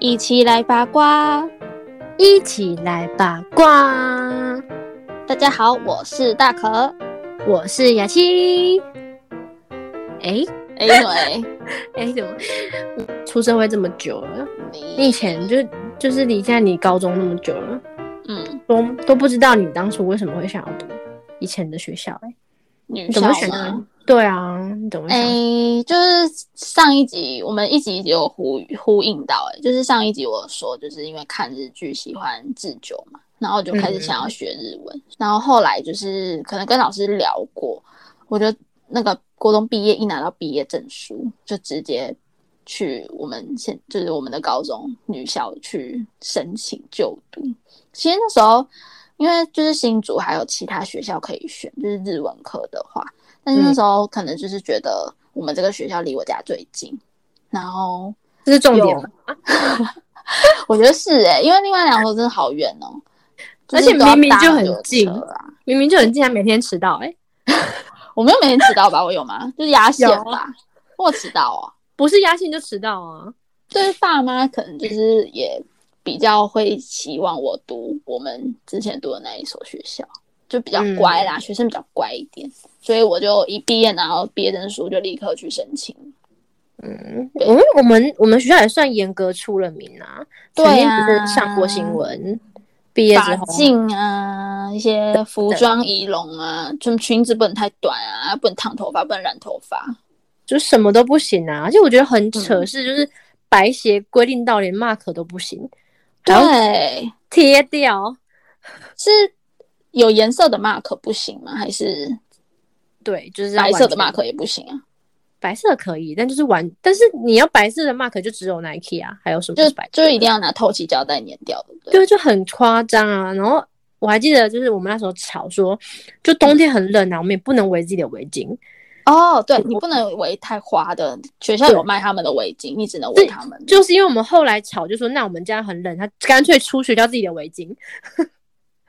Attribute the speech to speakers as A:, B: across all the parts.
A: 一起来八卦。
B: 一起来八卦。
A: 大家好，我是大可。
B: 我是雅琪。哎
A: 哎对，
B: 哎，怎么出社会这么久了？你以
A: 你
B: 前就就是离开你高中那么久了，
A: 嗯，
B: 都都不知道你当初为什么会想要读以前的学校、哎，
A: 女
B: 你
A: 校
B: 怎么选
A: 吗
B: 的？？对啊，你怎么想？
A: 哎，就是上一集我们一集有呼呼应到、哎，就是上一集我有说，就是因为看日剧喜欢自久嘛，然后我就开始想要学日文，然后后来就是可能跟老师聊过，我就那个高中毕业一拿到毕业证书，就直接去我们现就是我们的高中女校去申请就读。其实那时候，因为就是新竹还有其他学校可以选，就是日文科的话，但
B: 嗯
A: 是那时候可能就是觉得我们这个学校离我家最近，然后
B: 这是重点吗？
A: 我觉得是诶、因为另外两所真的好远哦、
B: 而且
A: 是都要
B: 明明
A: 搭
B: 就很
A: 火车
B: 近
A: 啊！
B: 明明就很竟然每天迟到、哎，
A: 我没有每天迟到吧？我有吗？就是压线
B: 有啊
A: 吧？我有迟到哦、
B: 不是压线就迟到啊。
A: 对爸妈可能就是也比较会期望我读我们之前读的那一所学校，就比较乖
B: 嗯
A: 啦，学生比较乖一点，所以我就一毕业拿到毕业证书就立刻去申请。
B: 嗯，我们我们学校也算严格出了名啊，
A: 对
B: 曾经
A: 啊
B: 不是上过新闻，毕业
A: 法
B: 之后
A: 镜啊，一些服装仪容啊，什么裙子不能太短啊，不能烫头发，不能染头发。
B: 就什么都不行啊，而且我觉得很扯
A: 嗯
B: 是，就是白鞋规定到连 mark 都不行，还要
A: 对，
B: 贴掉。
A: 是有颜色的 mark 不行吗？还是
B: 对，就是要
A: 白色的
B: 完
A: mark 也不行啊？
B: 白色可以，但就是完，但是你要白色的 mark 就只有 Nike 啊，还有什么
A: 就是
B: 白色
A: 就
B: 的
A: 是一定要拿透气胶带粘掉，对不对？
B: 对，就很夸张啊。然后我还记得，就是我们那时候吵说，就冬天很冷啊，我们也不能围自己的围巾，
A: 哦，对你不能围太花的，学校有卖他们的围巾，你只能围他们的。
B: 就是因为我们后来吵就说，那我们家很冷，他干脆出学校自己的围巾，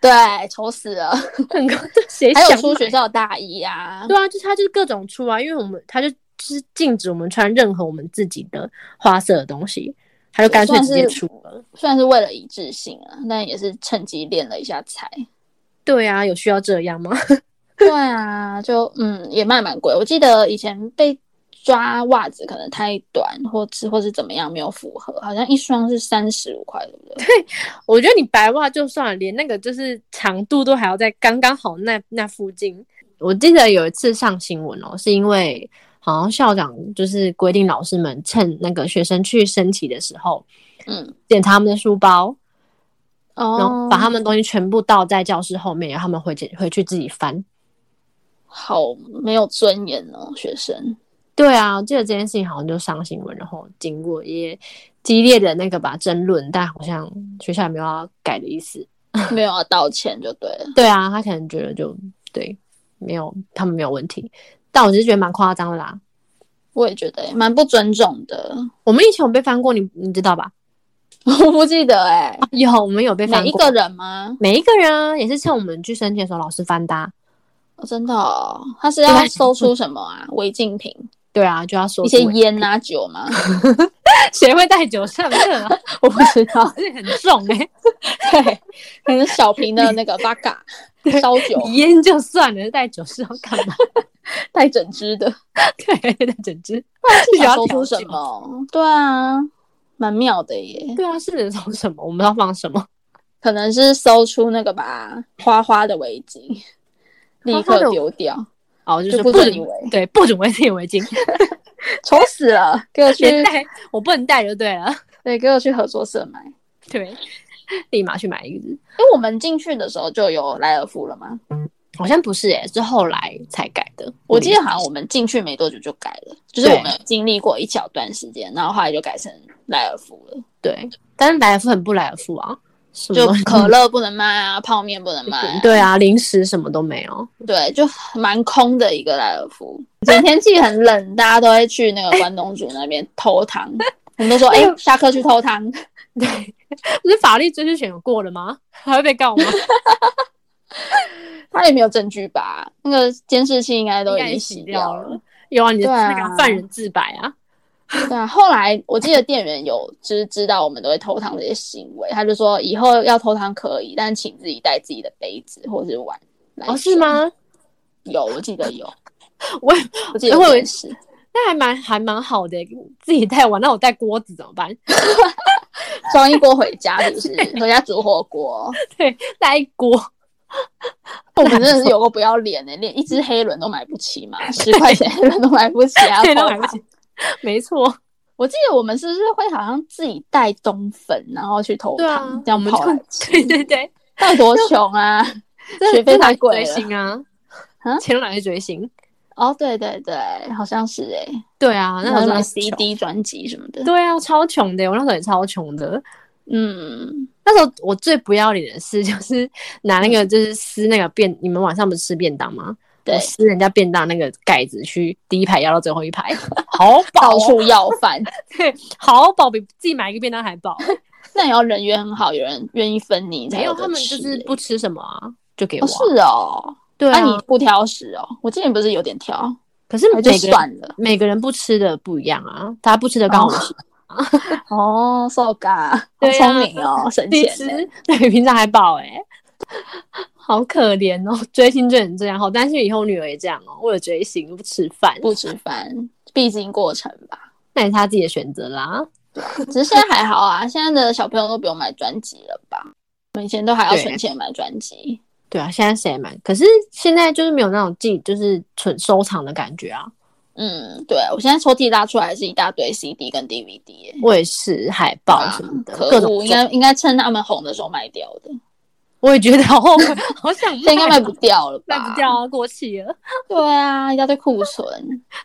A: 对，愁死了。
B: 很高，这谁
A: 还有
B: 想
A: 出学
B: 买
A: 校的大衣啊，
B: 对啊，就是他就是各种出啊，因为我们他就就是禁止我们穿任何我们自己的花色的东西，他就干脆
A: 就
B: 直
A: 算
B: 接
A: 是
B: 出了。
A: 虽然是为了一致性啊，但也是趁机练了一下才。
B: 对啊，有需要这样吗？
A: 对啊，就嗯，也卖蛮贵。我记得以前被抓袜子可能太短，或是或是怎么样没有符合，好像一双是三十五块，对不对？
B: 我觉得你白袜就算了，连那个就是长度都还要在刚刚好那那附近。我记得有一次上新闻哦，是因为好像校长就是规定老师们趁那个学生去升旗的时候，
A: 嗯，
B: 检查他们的书包，然后
A: 哦
B: 把他们东西全部倒在教室后面，然后他们回去回去自己翻。
A: 好没有尊严哦，学生。
B: 对啊，我记得这件事情好像就上新闻，然后经过一些激烈的那个吧争论，但好像学校也没有要改的意思。
A: 没有要道歉就对了。
B: 对啊，他可能觉得就对，没有他们没有问题，但我只是觉得蛮夸张的啦。
A: 我也觉得欸蛮不尊重的。
B: 我们以前有被翻过，你你知道吧？
A: 我不记得哎、
B: 啊有，我们有被翻
A: 每一
B: 过。
A: 个人吗？
B: 每一个人啊也是趁我们去申请的时候，老师翻搭。
A: 哦真的、哦，他是要搜出什么啊？ 违禁品，
B: 对啊，就要说
A: 一些烟啊、酒吗？
B: 谁会带酒上课啊？
A: 我不知 道，
B: 这很重哎、
A: 对，可能小瓶的那个 v 嘎烧酒，
B: 烟就算了，带酒是要干 嘛？
A: 带整支 的，
B: 对，带整支。
A: 想搜出什么？对啊，蛮妙的耶。
B: 对啊，是能从什么？我们要放什么？
A: 可能是搜出那个吧，花花的围巾，立
B: 花花
A: 刻
B: 的
A: 丢掉，
B: 哦，就是
A: 就
B: 不
A: 不
B: 准
A: 准以 为，
B: 对，不准围自己围 巾，
A: 丑死了，给我去
B: 连，带我不能带就对了。
A: 对，给我去合作社买。
B: 对， 立马去买一支。
A: 因为我们进去的时候就有莱尔富了吗？
B: 好像不是诶、欸是后来才改的。
A: 我记得好像我们进去没多久就改了，就是
B: 对
A: 我们有经历过一小段时间，然后后来就改成莱尔富了，
B: 对，但是莱尔富很不莱尔富啊，什么
A: 就可乐不能卖啊，泡面不能卖啊、
B: 对啊，零食什么都没有。
A: 对，就蛮空的一个莱尔富。前天气很冷，大家都会去那个关东煮那边偷汤，我们都说哎、下课去偷汤，
B: 对， 不是法律追诉权有过了吗？还会被告 吗？
A: 他也没有证据吧？那个监视器应该都已经洗
B: 应该也
A: 掉
B: 洗
A: 了。
B: 了。有啊，你的
A: 对啊
B: 那个犯人自白啊，
A: 对啊，后来我记得店员有就是知道我们都会偷汤这些行为，他就说以后要偷汤可以，但请自己带自己的杯子或是碗来。
B: 哦，是？吗？
A: 有，我记得有，
B: 我
A: 我记得
B: 我以
A: 我
B: 为
A: 也是。
B: 那还蛮还蛮好的，欸自己带碗，那我带锅子怎么办？
A: 装一锅回家，是不是？回家煮火 锅，
B: 对，带一锅。
A: 我们真的是有个不要脸的、连一只黑轮都买不起嘛，十块钱黑轮都买不起 啊！
B: 对，都买不起。 没错，
A: 我记得我们是不是会好像自己带冬粉，然后去投
B: 对啊
A: 糖，这样
B: 我们
A: 泡来
B: 就对对对，
A: 到底多穷啊！ 学费太
B: 这哪
A: 贵
B: 追
A: 了。
B: 星啊
A: 啊，
B: 前两个追星，
A: 哦，对对对，好像是哎、
B: 对啊，那
A: 然后
B: 时候
A: 买
B: 很
A: CD 专辑什么的
B: 穷，。对啊，超穷的，我那时候也超穷的。
A: 嗯，
B: 那时候我最不要脸的事 就是拿那个就是撕那个便，你们晚上不是吃便当吗？
A: 对
B: 我，撕人家便当那个盖子，去第一排要到最后 一排，好饱
A: 到
B: 哦，
A: 处要饭，
B: 对，好饱，比自己买一个便当还 饱。
A: 那也要人缘很好，有人愿意分你才
B: 没有，
A: 得
B: 他们就
A: 吃
B: 是
A: 欸
B: 不吃什么啊，就给
A: 哦
B: 我啊、
A: 是哦，
B: 对
A: 那、
B: 啊，
A: 你不挑食哦？我之前不是有点挑，
B: 可是
A: 那
B: 每
A: 就
B: 个人
A: 算了。
B: 每个人不吃的不一样啊，大家不吃的刚好我们吃
A: 哦，瘦嘎，好
B: 对啊
A: 聪明哦， 省
B: 你
A: 钱
B: 吃
A: 欸。
B: 对比平常还饱哎、好可怜哦！追星就成这样，好担心以后女儿也这样哦。为了追星不吃饭，
A: 不吃饭必经过程 吧。
B: 那也是她自己的选择啦。
A: 只是现在还好啊，现在的小朋友都不用买专辑了吧？我们以前都还要
B: 对啊
A: 存钱买专辑。
B: 对啊，现在谁买？可是现在就是没有那种自己就是存收藏的感觉啊。
A: 嗯，对，我现在抽屉拉出来还是一大堆 CD 跟 DVD 耶、
B: 我也是海报什么的，
A: 啊可
B: 各
A: 恶，
B: 种
A: 应该应该趁他们红的时候卖掉的，
B: 我也觉得好后悔，好想
A: 这应该卖
B: 卖
A: 不掉了吧？
B: 卖不。掉啊，过期了。
A: 对啊，一大堆库存。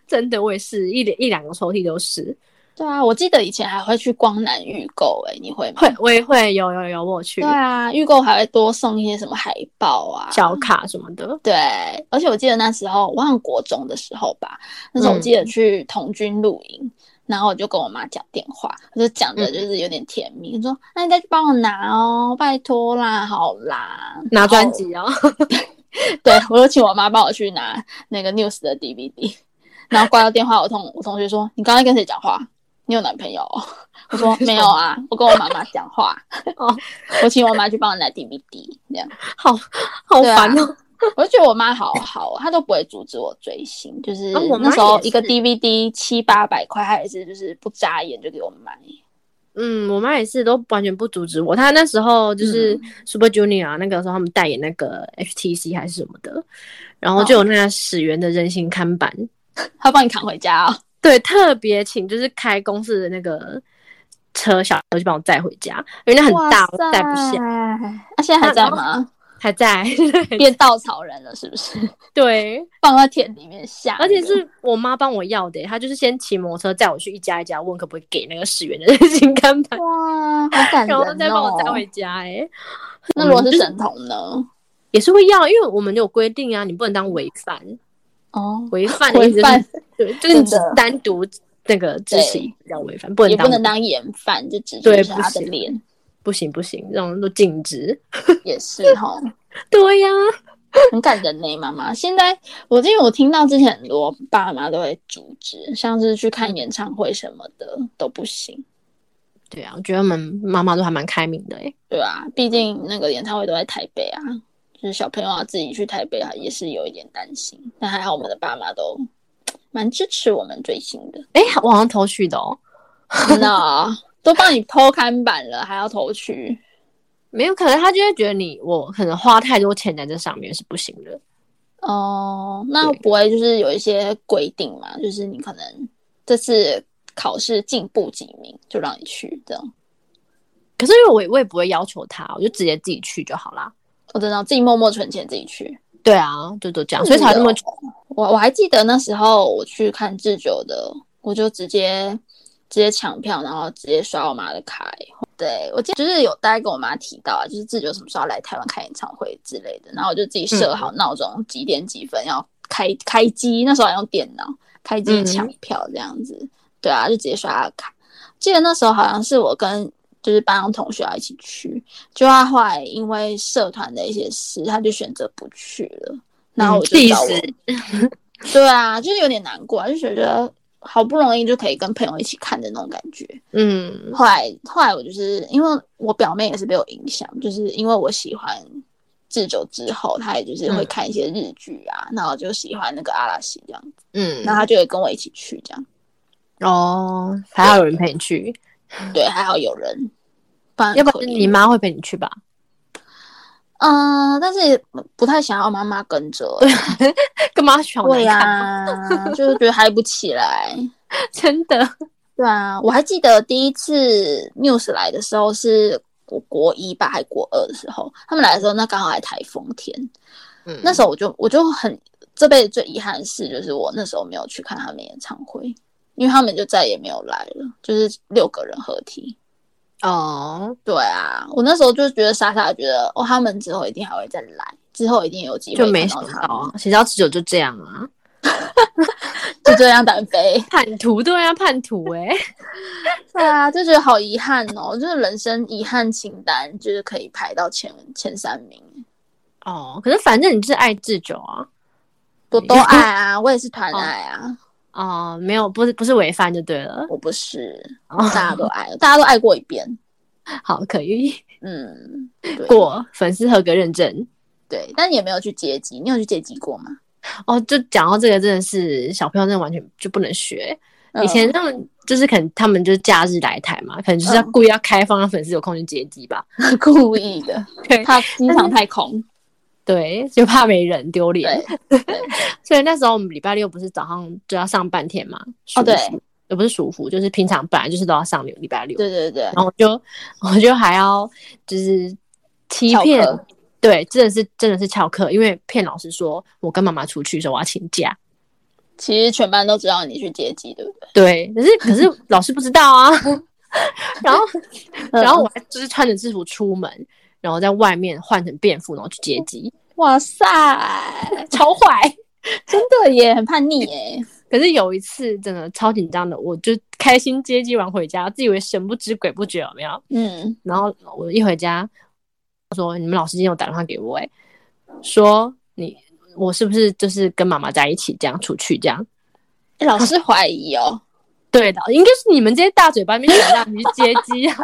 B: 真的，我也是一两一两个抽屉都是。
A: 对啊，我记得以前还会去光南预购、欸，哎，你会吗？
B: 会，我也会有有有我有去
A: 对啊，预购还会多送一些什么海报啊。
B: 小卡什么的。
A: 对，而且我记得那时候我上国中的时候吧，那
B: 嗯
A: 时候我记得去童军露营，然后我就跟我妈讲电话，我就讲
B: 嗯
A: 的就是有点甜蜜，说那你再去帮我拿哦，拜托啦，好啦，
B: 拿专辑哦，
A: 对我就请我妈帮我去拿那个 News 的 DVD，然后挂掉电话，我同我同学说你刚刚跟谁讲话？你有男朋友哦、我 说没有啊，我跟我妈妈讲话
B: 哦，
A: 我请我妈去帮我拿 DVD，这样
B: 好好
A: 对啊
B: 烦哦。
A: 我就觉得我妈好好哦，她都不会阻止我追星，就是
B: 啊我妈
A: 那时候
B: 也是
A: 一个 DVD 七八百块，她也是就是不眨眼就给我买，
B: 嗯，我妈也是都完全不阻止我。她那时候就是
A: 嗯
B: Super Junior 啊，那个时候他们代言那个 HTC 还是什么的，然后
A: 哦
B: 就有那个始源的人形看板，
A: 她帮你扛回家哦。
B: 对，特别请就是开公司的那个车小车就帮我载回家，因为那很大，我载不下，
A: 哇塞啊，现在还在 吗？
B: 还在。
A: 变稻草人了是不是？
B: 对，
A: 放到田里面下那
B: 而
A: 个，
B: 且是我妈帮我要的、她就是先骑摩托车载我去一家一家问可不可以给那个始源的人形看板，
A: 哇，好感人
B: 然
A: 哦！
B: 后再帮我载回家、哎。
A: 那如果是神童呢？
B: 也是会要，因为我们有规定啊，你不能当违犯。
A: 哦，
B: 违犯的意
A: 违
B: 思就是
A: 犯，
B: 对，就是你只
A: 真的
B: 单独那个支持叫违犯，不能
A: 也不能
B: 当
A: 当盐饭，就只
B: 对
A: 是他的
B: 不行
A: 脸，
B: 不行不行，这种都禁止。
A: 也是哈，
B: 对呀、
A: 很感人呢、妈妈。现在我因为我听到之前很多爸妈都会阻止，像是去看演唱会什么的都不行，
B: 对啊，我觉得我们妈妈都还蛮开明的欸诶、
A: 对吧、毕竟那个演唱会都在台北啊，就是小朋友要自己去台北啊，也是有一点担心。但还好我们的爸妈都蛮支持我们追星的，
B: 诶、我好像偷去的哦，
A: 那 都帮你剖看板了，还要投去。
B: 没有，可能他就会觉得你我可能花太多钱在这上面是不行的。
A: 哦，那
B: 对
A: 不会就是有一些规定嘛？就是你可能这次考试进步几名，就让你去这样。
B: 可是因为我也我也不会要求他，我就直接自己去就好啦。
A: 我真的自己默默存钱自己去，
B: 对啊，就都这样，所以才那么
A: 自己有我我还记得那时候我去看智久的，我就直接直接抢票，然后直接刷我妈的卡欸。对我记得就是有大概跟我妈提到啊，就是智久什么时候要来台湾开演唱会之类的，然后我就自己设好闹钟，几点几分要开开机，那时候还用电脑开机
B: 嗯
A: 抢票这样子。对啊，就直接刷她的卡。记得那时候好像是我跟就是班上同学要一起去，就他后来因为社团的一些事，他就选择不去了。然后我就
B: 嗯
A: 找
B: 气
A: 我，对啊，就是有点难过啊，就觉得好不容易就可以跟朋友一起看的那种感觉。
B: 嗯
A: 后来后来我就是因为我表妹也是被我影响，就是因为我喜欢自久之后，她也就是会
B: 嗯
A: 看一些日剧啊，然后就喜欢那个阿拉西这样子，
B: 嗯，
A: 然后她就会跟我一起去这样。
B: 哦，还好有人陪你去，
A: 对，还好有人，不然
B: 嗯要
A: 很
B: 不
A: 可
B: 然
A: 怜
B: 你妈会陪你去吧？
A: 嗯、但是也不太想要妈妈跟着、
B: 干嘛去好
A: 对
B: 难
A: 呀、
B: 看？哦
A: 就是觉得嗨不起来。
B: 真的，
A: 对啊，我还记得第一次 news 来的时候是我国一吧，还国二的时候，他们来的时候那刚好还台风天，
B: 嗯
A: 那时候我就我就很这辈子最遗憾的事就是我那时候没有去看他们演唱会，因为他们就再也没有来了，就是六个人合体。
B: 哦，
A: 对啊，我那时候就觉得傻傻地觉得哦，他们之后一定还会再来，之后一定有机会
B: 就没
A: 看
B: 想
A: 到
B: 到
A: 他们，
B: 啊，谁知道持久就这样啊？
A: 就这样单飞。
B: 叛徒，对啊，叛徒哎、
A: 对啊，就觉得好遗憾哦，就是人生遗憾清单，就是可以排到前前三名，
B: 哦，可是反正你是爱智久啊，
A: 我都爱啊，我也是团爱啊，
B: 哦，没有，不是不是违反就对了，
A: 我不是，
B: 哦，
A: 大家都爱，大家都爱过一遍，
B: 好，可以
A: 嗯，对
B: 过粉丝合格认证。
A: 对，但也没有去接机，你有去接机过吗？
B: 哦，就讲到这个，真的是小朋友真的完全就不能学。
A: 嗯
B: 以前他们就是可能他们就是假日来台嘛，可能就是要
A: 嗯
B: 故意要开放让粉丝有空去接机吧。
A: 嗯故意的，
B: 对
A: 怕机场太空，
B: 对，就怕没人丢脸
A: 对。
B: 所以那时候我们礼拜六不是早上就要上半天嘛？
A: 哦对
B: 暑伏，呃也不是暑伏，就是平常本来就是都要上礼拜六。
A: 对对对
B: 然，后我就我就还要就是欺
A: 翘
B: 骗
A: 课，
B: 对，真的是真的是翘课，因为骗老师说我跟妈妈出去的时候我要请假，
A: 其实全班都知道你去接机，对不对？
B: 对，可是可是老师不知 道啊，然后
A: 嗯
B: 然后我还就是穿着制服出门，然后在外面换成便服，然后去接机，
A: 哇塞，
B: 超坏。
A: 真的耶，很叛逆耶，
B: 可是有一次真的超紧张的，我就开心接机完回家，自以为神不知鬼不觉有没有？
A: 嗯，
B: 然后我一回家，我说你们老师今天有打电话给我、欸，说你我是不是就是跟妈妈在一起这样出去这样？哎
A: 诶老师怀疑哦，
B: 对的，应该是你们这些大嘴巴里面想让 你去接机啊，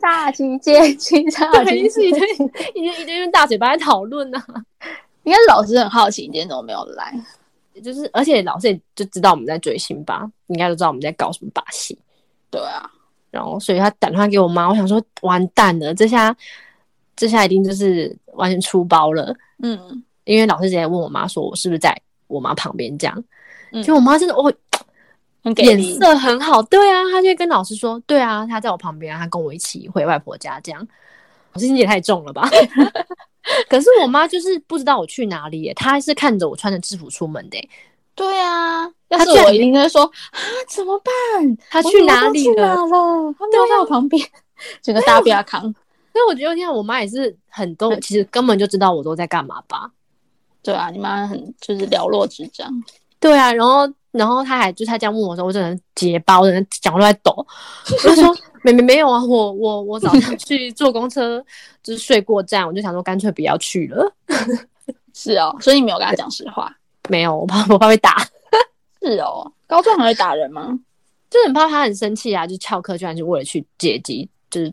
A: 大旗接机，大
B: 对，就是一堆一堆一堆用大嘴巴在讨论呢。
A: 应该老师很好奇你今天怎么没有来，
B: 就是而且老师也就知道我们在追星吧，应该都知道我们在搞什么把戏。
A: 对啊，
B: 然后所以他打电话给我妈，我想说完蛋了，这下这下一定就是完全出包了，
A: 嗯，
B: 因为老师直接问我妈说我是不是在我妈旁边这样，
A: 嗯
B: 结果我妈真的哦
A: 很给
B: 脸
A: 力，
B: 色很好，对啊，她就会跟老师说，对啊，她在我旁边啊，她跟我一起回外婆家这样， 我心情也太重了吧。 可是我妈就是不知道我去哪里耶，她还是看着我穿着制服出门的欸耶，
A: 对啊，要
B: 他
A: 是
B: 居然
A: 我一定会说啊，怎么办？
B: 她
A: 我
B: 去
A: 女儿
B: 哪
A: 都
B: 里
A: 去哪
B: 了？
A: 了？哎他没有在我旁边， 整个大不要扛，
B: 所以我觉得天啊，我妈也是很多，其实根本就知道我都在干嘛吧。
A: 对啊，你妈很就是了若指掌，
B: 对啊，然后然后他还就是他这样问我的时候，我整个人结巴，我整个人讲话都在抖。我 就说没没没有啊，我我我早上去坐公车，就是睡过站，我就想说干脆不要去了。
A: 是哦，所以你没有跟他讲实话，
B: 没有，我怕我怕被打，
A: 是哦，高中还会打人吗？
B: 就很怕他很生气啊，就翘课居然是为了去接机，就是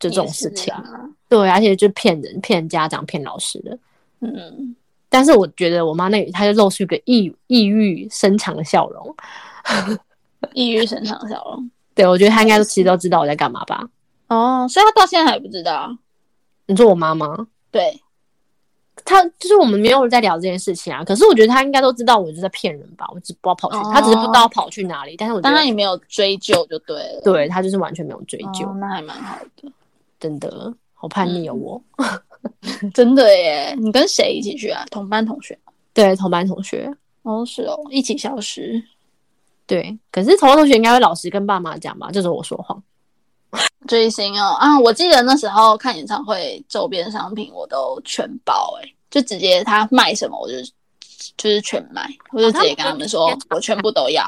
B: 就这种事情。
A: 也是啊，
B: 对，而且就骗人、骗家长、骗老师的。
A: 嗯，
B: 但是我觉得我妈那里，她就露出一个意意欲深长的笑容。
A: 抑郁神长小龙
B: 对，我觉得她应该都其实都知道我在干嘛吧？
A: 哦，所以他到现在还不知道，
B: 你说我妈吗？
A: 对，
B: 他就是我们没有在聊这件事情啊，可是我觉得他应该都知道我就在骗人吧，我只不知道跑去，
A: 哦
B: 他只是不知道跑去哪里，但是我觉
A: 当然
B: 得
A: 也没有追究就对了，
B: 对他就是完全没有追究，
A: 哦，那嗯还蛮好的，
B: 真的好叛逆哦我。
A: 真的耶，你跟谁一起去啊？同班同学。
B: 对，同班同学，
A: 哦，是哦，一起消失，
B: 对，可是同班同学应该会老实跟爸妈讲吧，这时候我说谎，
A: 追星哦啊！我记得那时候看演唱会周边商品我都全包、欸，就直接他卖什么我就就是全买，我就直接跟他们说、
B: 哦他们
A: 我全部都要，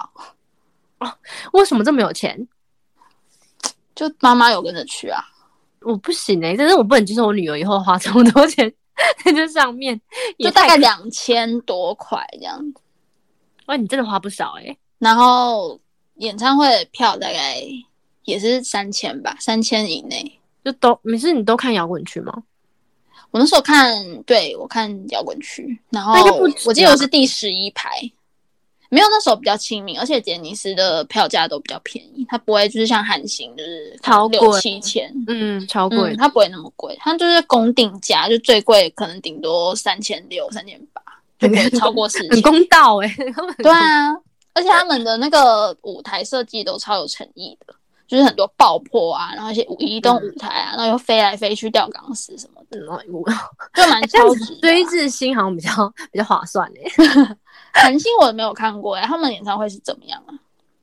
B: 为什么这么有钱？
A: 就妈妈有跟着去啊，
B: 我不行哎、但是我不能接受我女儿以后花这么多钱在这上面，也
A: 就大
B: 太
A: 概两千多块这样子。
B: 哇，你真的花不少哎、
A: 然后演唱会的票大概也是三千吧，三千以内。
B: 就都每次你都看摇滚区吗？
A: 我那时候看，对我看摇滚区，然后
B: 那就不止啊
A: 我记得我是第十一排，没有那时候比较亲民，而且杰尼斯的票价都比较便宜，它不会就是像韩星就是
B: 超贵
A: 六七千，
B: 嗯，超贵
A: 嗯，。它不会那么贵，它就是公定价，就最贵可能顶多三千六、三千八，就不会超过四
B: 很
A: 千。
B: 公道 哎、他们很
A: 对啊，而且他们的那个舞台设计都超有诚意的，就是很多爆破啊，然后一些移动舞台啊，然后又飞来飞去吊钢丝什么的，
B: 嗯哦我
A: 就蛮
B: 这样
A: 超
B: 子
A: 值的啊、
B: 追日星好像比较比较划算哎、
A: 韩星我没有看过哎、他们演唱会是怎么样啊？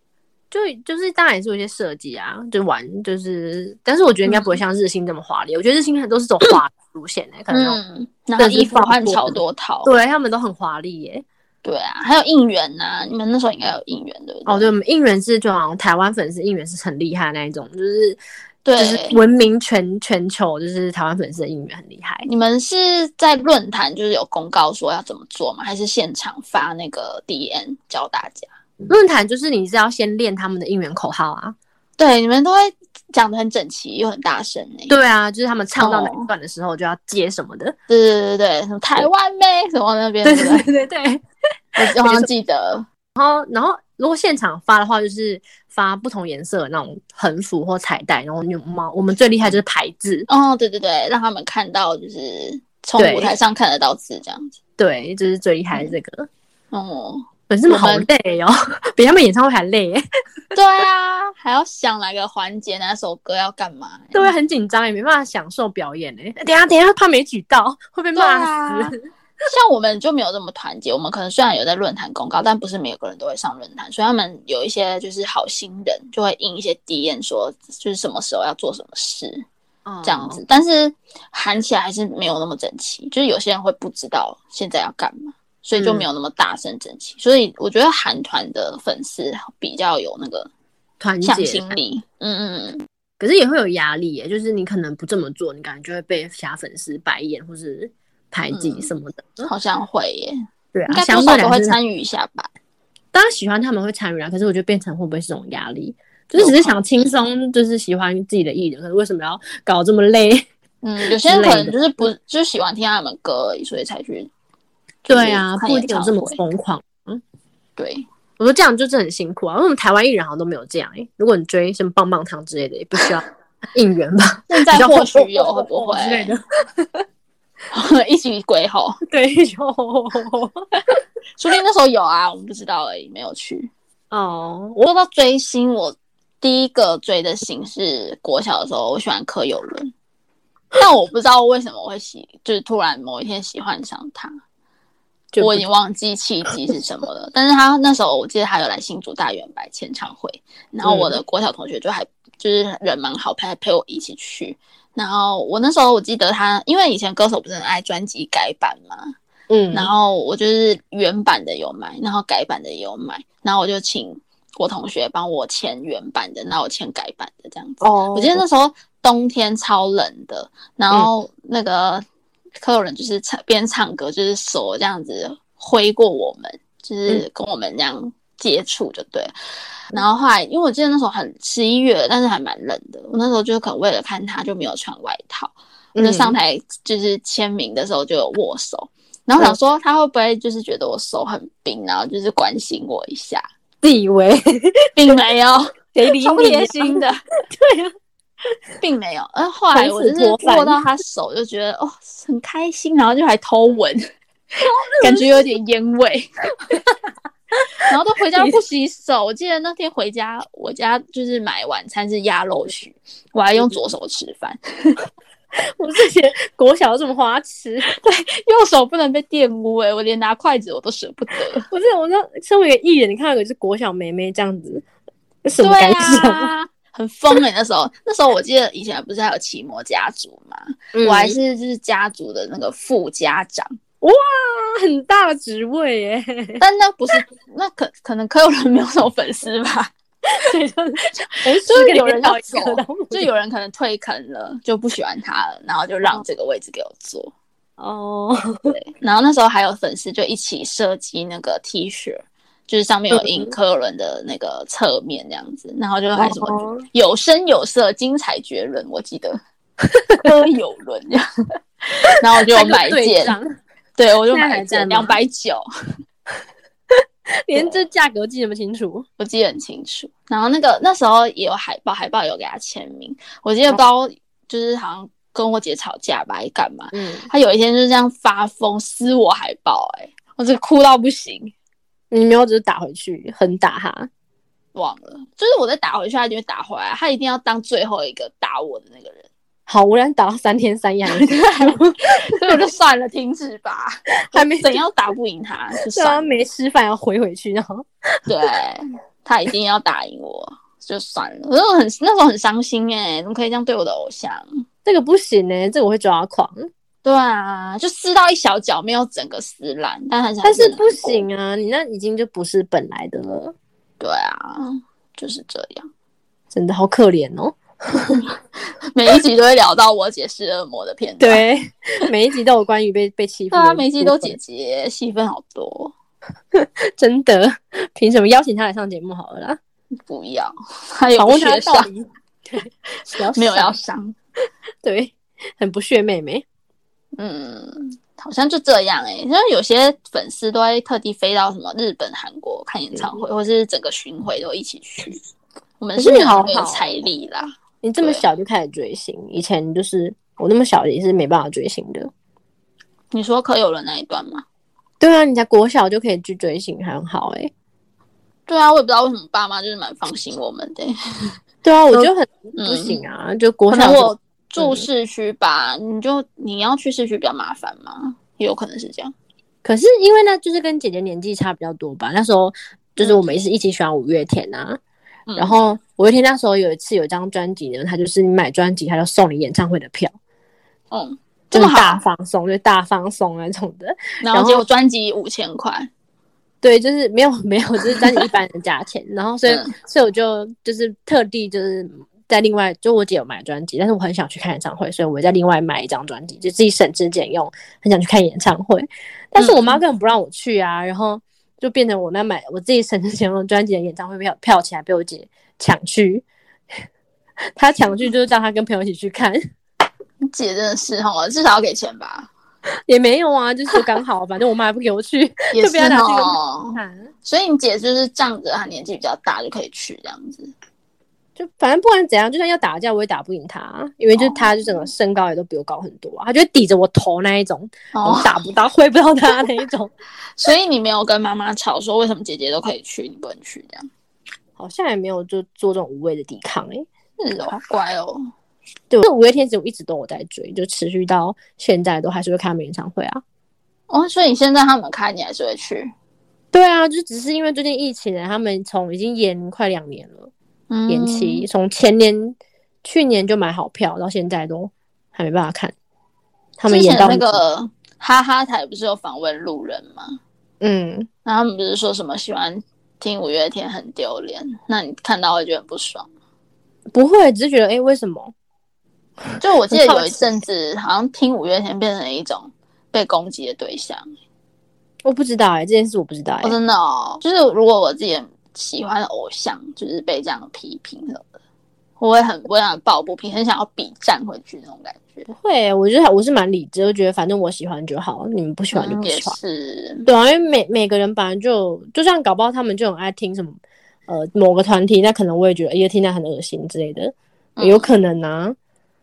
B: 就就是当然也是有一些设计啊，就玩就是，但是我觉得应该不会
A: 嗯
B: 像日星这么华丽。我觉得日星很都是走 华丽路线的、欸可能那种、
A: 嗯，然后衣服换超多套，
B: 对他们都很华丽欸耶。
A: 对啊，还有应援呐、你们那时候应该有应援对不对？
B: 哦，对，我们应援是就好像台湾粉丝应援是很厉害那一种，就是
A: 对
B: 就是闻名全全球，就是台湾粉丝的应援很厉害。
A: 你们是在论坛就是有公告说要怎么做吗？还是现场发那个 DN 教大家？
B: 论坛就是你是要先练他们的应援口号啊，
A: 对，你们都会讲的很整齐又很大声呢、
B: 对啊，就是他们唱到哪
A: 哦
B: 一段的时候就要接什么的，
A: 对对对对，什么台湾妹什么那边，
B: 对
A: 对
B: 对
A: 不对
B: 对对对。
A: 我好像记得，
B: 然后，然后如果现场发的话，就是发不同颜色的那种横幅或彩带，然后你有猫，我们最厉害就是排字，
A: 哦，对对对，让他们看到就是从
B: 对
A: 舞台上看得到字这样子。
B: 对，就是最厉害的这个。
A: 哦，
B: 粉丝们
A: 我
B: 好
A: 们
B: 累哦， 比他们演唱会还累耶，
A: 对啊，还要想哪个环节哪首歌要干嘛、
B: 都啊会很紧张，也没办法享受表演哎。等一下等一下，怕没举到会被骂死。
A: 像我们就没有这么团结，我们可能虽然有在论坛公告，但不是每个人都会上论坛，所以他们有一些就是好心人就会印一些 DM 说就是什么时候要做什么事
B: 哦
A: 这样子，但是喊起来还是没有那么整齐，就是有些人会不知道现在要干嘛，所以就没有那么大声整齐，所以我觉得韩团的粉丝比较有那个
B: 团
A: 向
B: 结
A: 心，力，嗯嗯嗯，
B: 可是也会有压力耶，就是你可能不这么做，你感觉就会被其他粉丝白眼或是排挤
A: 嗯
B: 什么的。
A: 好像会耶，
B: 对
A: 应
B: 啊，
A: 该
B: 相
A: 多
B: 对
A: 少
B: 来
A: 都
B: 说
A: 会，参与一下吧。
B: 当然喜欢他们会参与啊，可是我觉得变成会不会是种压力？就是只是想轻松，就是喜欢自己的艺人，可是为什么要搞这么累？
A: 嗯，有些人
B: 之
A: 可
B: 类
A: 能
B: 的
A: 就是不就喜欢听他们歌而已，所以才去。就是
B: 对啊，
A: 看
B: 不一
A: 演
B: 定有
A: 唱
B: 这么
A: 会
B: 疯狂。
A: 对，
B: 我说这样就是很辛苦啊，因为我们台湾艺人好像都没有这样哎、如果你追什么棒棒糖之类 的，也不需要应援吧？
A: 现
B: 比
A: 在
B: 较
A: 或许有
B: 吼
A: 会不
B: 吼吼之类
A: 会
B: 的？
A: 一起鬼吼？
B: 对，有
A: 说不定那时候有啊，我们不知道而已，没有去。
B: 哦，
A: 说到追星，我第一个追的星是国小的时候，我喜欢柯有伦， 但我不知道为什么我会喜，就是突然某一天喜欢上他。
B: 就
A: 我已经忘记契机是什么了，但是他那时候我记得他有来新竹大圆白签唱会，然后我
B: 嗯
A: 的国小同学就还就是人蛮好，陪陪我一起去。然后我那时候我记得他，因为以前歌手不是很爱专辑改版嘛，
B: 嗯，
A: 然后我就是原版的有买，然后改版的也有买，然后我就请我同学帮我签原版的，那我签改版的这样子。
B: 哦，
A: 我记得那时候冬天超冷的，然后那个柯有人就是唱边唱歌，就是手这样子挥过我们，就是跟我们这样接触就对了。然后后来，因为我记得那时候很十一月，但是还蛮冷的。我那时候就可能为了看他就没有穿外套，我
B: 嗯
A: 就上台就是签名的时候就有握手，然后想说他会不会就是觉得我手很冰，然后就是关心我一下，
B: 自以为
A: 并没有，
B: 谁理
A: 超
B: 你啊
A: 贴心 的。
B: 对啊，
A: 并没有。呃，后来我就是
B: 防止脱
A: 握
B: 发
A: 到他手，就觉得哦很开心，然后就还偷闻， 感觉有点烟 味。然后都回家不洗手，我记得那天回家，我家就是买晚餐是鸭肉许，我还用左手吃饭，
B: 我们这些 国小这么花痴，
A: 右手不能被玷污哎、我连拿筷子我都舍 不得。
B: 不是我说，身为一个艺人，你看到有一只国小妹妹这样子，什么
A: 对
B: 感想？
A: 啊，很疯哎、那时候，那时候我记得以前不是还有奇摩家族嘛，
B: 嗯
A: 我还是就是家族的那个副家长。
B: 哇，很大的职位耶，
A: 但那不是，那可可能柯有伦没有什么粉丝吧，
B: 所以就是
A: 就
B: 哎，
A: 是
B: 十个
A: 有人
B: 到
A: 要
B: 一个
A: 走
B: 都不
A: 就有人可能退坑了，就不喜欢他了，然后就让这个位置给我坐。
B: 哦，
A: 对，然后那时候还有粉丝就一起设计那个 T 恤，就是上面有引科伦的那个侧面这样子，然后就还什
B: 哦
A: 么有声有色，精彩绝伦，我记得科有伦这样， 然后我就买件，对我就买件两百九。
B: 连这价格记那么清楚，
A: 我记得很清楚。然后那个那时候也有海报，海报有给他签名。我记得包、哦、就是好像跟我姐吵架吧，还干嘛？嗯，他有一天就是这样发疯撕我海报、欸，哎，我真哭到不行。
B: 你没有只是打回去，狠打他？
A: 忘了，就是我在打回去，他就会打回来，他一定要当最后一个打我的那个人。
B: 好，我连打到三天三 夜，
A: 所以我就算了，停止吧。
B: 还没
A: 怎样打不赢他，就算
B: 了。没吃饭要回回去，然后
A: 对啊他一定要打赢我，就算了。我那时候很那时候很伤心哎、欸，怎么可以这样对我的偶像？
B: 这个不行哎、欸，这个我会抓狂。
A: 对啊，就撕到一小角，没有整个撕烂，但还是
B: 但是不行啊，你那已经就不是本来的了。
A: 对啊，就是这样，
B: 真的好可怜哦。
A: 每一集都会聊到我姐是恶魔的片
B: 段， 对，每一集都有关于被被欺负。
A: 对啊，每一集都姐姐戏份好多，
B: 真的，凭什么邀请她来上节目好了啦？
A: 不要，她有学上，
B: 对，
A: 没有要上，
B: 对，很不屑妹妹。
A: 嗯，好像就这样哎、欸，因为有些粉丝都会特地飞到什么日本、韩国看演唱会，嗯、或是整个巡回都一起去。我们是
B: 好哦
A: 有财力啦。
B: 你这么小就开始追星，以前就是我那么小也是没办法追星的。
A: 你说柯有伦那一段吗？
B: 对啊，你在国小就可以去追星，很好哎、欸。
A: 对啊，我也不知道为什么爸妈就是蛮放心我们的、欸。
B: 对啊，我
A: 嗯
B: 就很不行啊，嗯、就国小
A: 我住市区吧，嗯、你就你要去市区比较麻烦嘛，也有可能是这样。
B: 可是因为呢，就是跟姐姐年纪差比较多吧，那时候就是我们也是一起喜欢五月天啊。嗯然后五月天那时候有一次有一张专辑呢，他就是你买专辑，他就送你演唱会的票，
A: 嗯，
B: 就是大放送，就大放送那种的。
A: 然后结果专辑五千块，
B: 对，就是没有 没有，就是专辑一般的价钱。然后所以、嗯、所以我就就是特地就是在另外，就我姐有买专辑，但是我很想去看演唱会，所以我在另外买一张专辑，就自己省吃俭用，很想去看演唱会，但是我妈根本不让我去啊，嗯、然后。就变成我那买我自己省吃俭用专辑的演唱会票票起来被我姐抢去，她抢去就是让她跟朋友一起去看。
A: 你姐真的是哈，至少要给钱吧？
B: 也没有啊，就是刚好，反正我妈不给我去，
A: 也
B: 是哦。
A: 所以你姐就是仗着她年纪比较大就可以去这样子。
B: 就反正不管怎样，就算要打架我也打不赢她，因为
A: 哦
B: 就她就整个身高也都比我高很多啊，她就抵着我头那一种，我打不到、挥不到她那一 种。
A: 哦所以你没有跟妈妈吵说为什么姐姐都可以去，你不能去这样？
B: 好像也没有就做这种无谓的抵抗哎、
A: 欸，是哦，乖哦。
B: 对，五月天只有一直都我在追，就持续到现在都还是会看他们演唱会啊。
A: 哦，所以你现在他们开你还是会去？
B: 对啊，就只是因为最近疫情，他们从已经延快两年了。
A: 嗯
B: 延期，从前年、去年就买好票，到现在都还没办法看。他们演到
A: 那个哈哈台不是有访问路人吗？
B: 嗯，
A: 然后他们不是说什么喜欢听五月天很丢脸？那你看到会觉得很不爽？
B: 不会，只是觉得哎、欸，为什么？
A: 就我记得有一阵子，好像听五月天变成一种被攻击的对象。
B: 我不知道哎、欸，这件事我不知道哎、欸，
A: 我、oh, 真的哦，就是如果我自己。喜欢的偶像就是被这样批评什么的，我会很我想抱不平，很想要比战回去那种感觉。
B: 不会，欸我觉得我是蛮理智，我觉得反正我喜欢就好，你们不喜欢就不喜欢。
A: 嗯、是，
B: 对啊，因为每每个人本来就就算搞不好他们就很爱听什么呃某个团体，那可能我也觉得也听到很恶心之类的，嗯、有可能啊，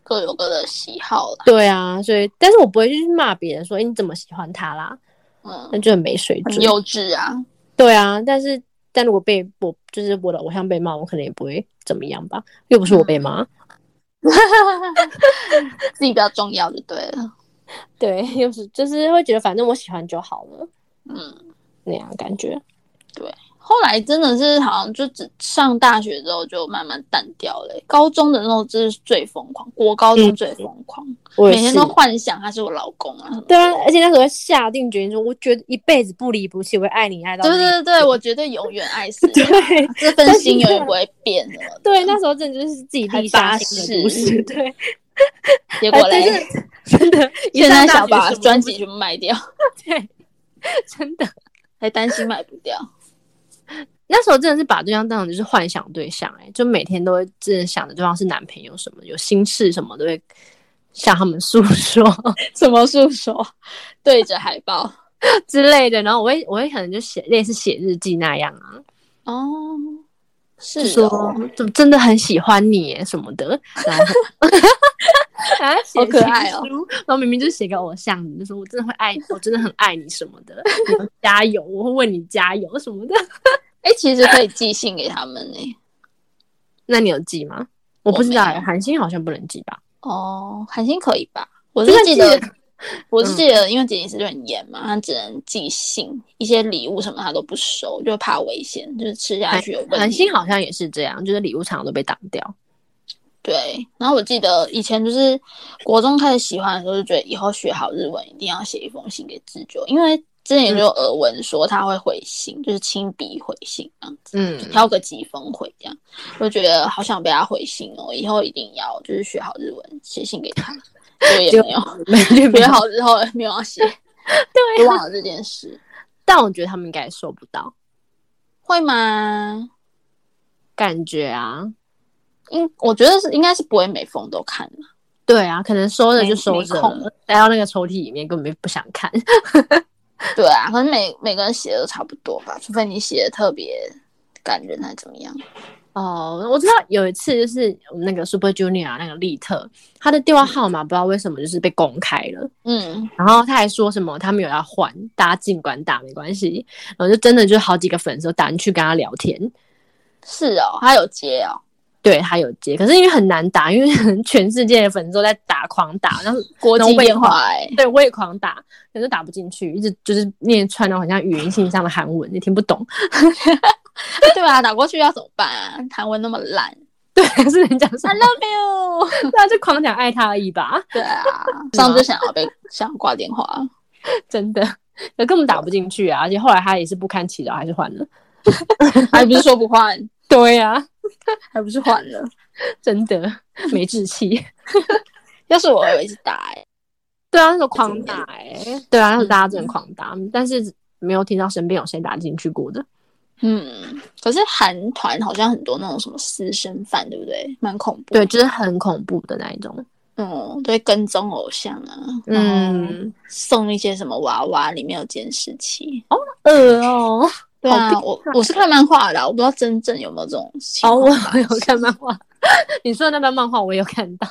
A: 各有各的喜好啦。
B: 对啊，所以但是我不会去骂别人说，哎、欸、你怎么喜欢他啦？嗯，那就很没水准，
A: 幼稚啊。
B: 对啊，但是。但如果被我就是我的偶像被骂，我可能也不会怎么样吧，又不是我
A: 嗯
B: 被骂，
A: 自己比较重要就对了。
B: 对，又是就是会觉得反正我喜欢就好了，
A: 嗯，
B: 那样感觉。
A: 对，后来真的是好像就只上大学之后就慢慢淡掉了、欸。高中的时候真是最疯狂，国高中最疯狂，
B: 嗯、
A: 每天都幻想他是我老公啊。
B: 对啊，而且那时候下定决心说，我觉得一辈子不离不弃，我会爱你爱到。
A: 对对对，我绝对永远爱 死你。
B: 对，
A: 这份心永远不会变的。
B: 对，那时候真的就是自己立
A: 发
B: 誓，对。
A: 结果
B: 哎
A: 嘞，
B: 真 的，
A: 现在想把 专辑全部卖掉，
B: 对，真的
A: 还担心卖不掉。
B: 时候真的是把对方当成就是幻想对象、欸，哎，就每天都会真的想着对方是男朋友什么，有心事什么都会向他们诉 说
A: 什么诉说？对着海报
B: 之类的。然后我会我会可能就写类似写日记那样啊，
A: 哦，是
B: 就
A: 哦
B: 说就真的很喜欢你耶什么的， 然后啊，写
A: 好可爱哦
B: 情书，然后明明就写给偶像，就说我真的会爱，我真的很爱你什么的，你要加油，我会为你加油什么的。
A: 哎、其实可以寄信给他们呢、
B: 那你有记吗？我
A: 我
B: 不知道
A: 没
B: 耶，
A: 有
B: 韩星好像不能记吧？
A: 哦，韩星可以吧？我
B: 就是算
A: 记
B: 寄
A: 得
B: 了，
A: 我
B: 嗯
A: 是记得，因为剪辑师就很严嘛，他只能寄信，一些礼物什么他都不收，就怕危险，就是吃下
B: 韩
A: 去有问题。
B: 韩星好像也是这样，就是礼物常常都被挡掉。
A: 对，然后我记得以前就是国中开始喜欢的时候，就觉得以后学好日文一定要写一封信给志久，因为之
B: 嗯
A: 前就有耳闻说他会回信，就是亲笔回信这样子，
B: 嗯
A: 挑个几封回这样，我觉得好想被他回信哦，以后一定要就是学好日文写信给他，我也
B: 就
A: 没有
B: 没就
A: 学
B: 没有。啊
A: 好之后也没有要 写，对、忘了这件事，
B: 但我觉得他们应该也收不到，
A: 会吗？
B: 感觉啊，
A: 应我觉得是应该是不会每封都看的，
B: 对啊，可能收着就收着
A: 没空
B: 了，塞到那个抽屉里面，根本就不想看。
A: 对啊，可能每每个人写的都差不多吧，除非你写的特别感人还是怎么样。
B: 哦，我知道有一次就是我们那个 Super Junior 啊那个利特，他的电话号码不知道为什么就是被公开了，
A: 嗯，
B: 然后他还说什么他们有要换，大家尽管打没关系，然后就真的就好几个粉丝都打进去跟他聊天，
A: 是哦，他有接哦，
B: 对他有接，可是因为很难打，因为 可能全世界的粉丝都在打狂 打，然后
A: 国际
B: 那我也
A: 电话哎、
B: 对我也狂打，可是打不进去，一直就是念串到好像语音信箱的韩文，也听不懂，
A: 对啊，打过去要怎么办啊？韩文那么烂
B: 对，还是人家说
A: ，I，love you。
B: 对啊，就狂讲爱他而已吧，
A: 对啊，上次想要被想要挂电话，
B: 真的，可根本打不进去啊，而且后来他也是不堪其扰，还是换了。
A: 还不是说不换，
B: 对呀、
A: 还不是换了。
B: 真的没志气。
A: 要是我我也一直打哎、
B: 对啊，那种狂打哎、对啊，那时候大家真的狂打，但是没有听到身边有谁打进去过的。
A: 嗯，可是韩团好像很多那种什么私生饭，对不对？蛮恐怖。
B: 对，，就是很恐怖的那一种。
A: 嗯，对，跟踪偶像啊，嗯，
B: 嗯，
A: 送一些什么娃娃，里面有监视器。
B: 呃 哦，
A: 对啊，
B: 好
A: 我我是看漫画的啊，我不知道真正有没有这种情
B: 哦，
A: 况
B: 我
A: 吧
B: 有看漫画。 你说的那本漫画我有看到，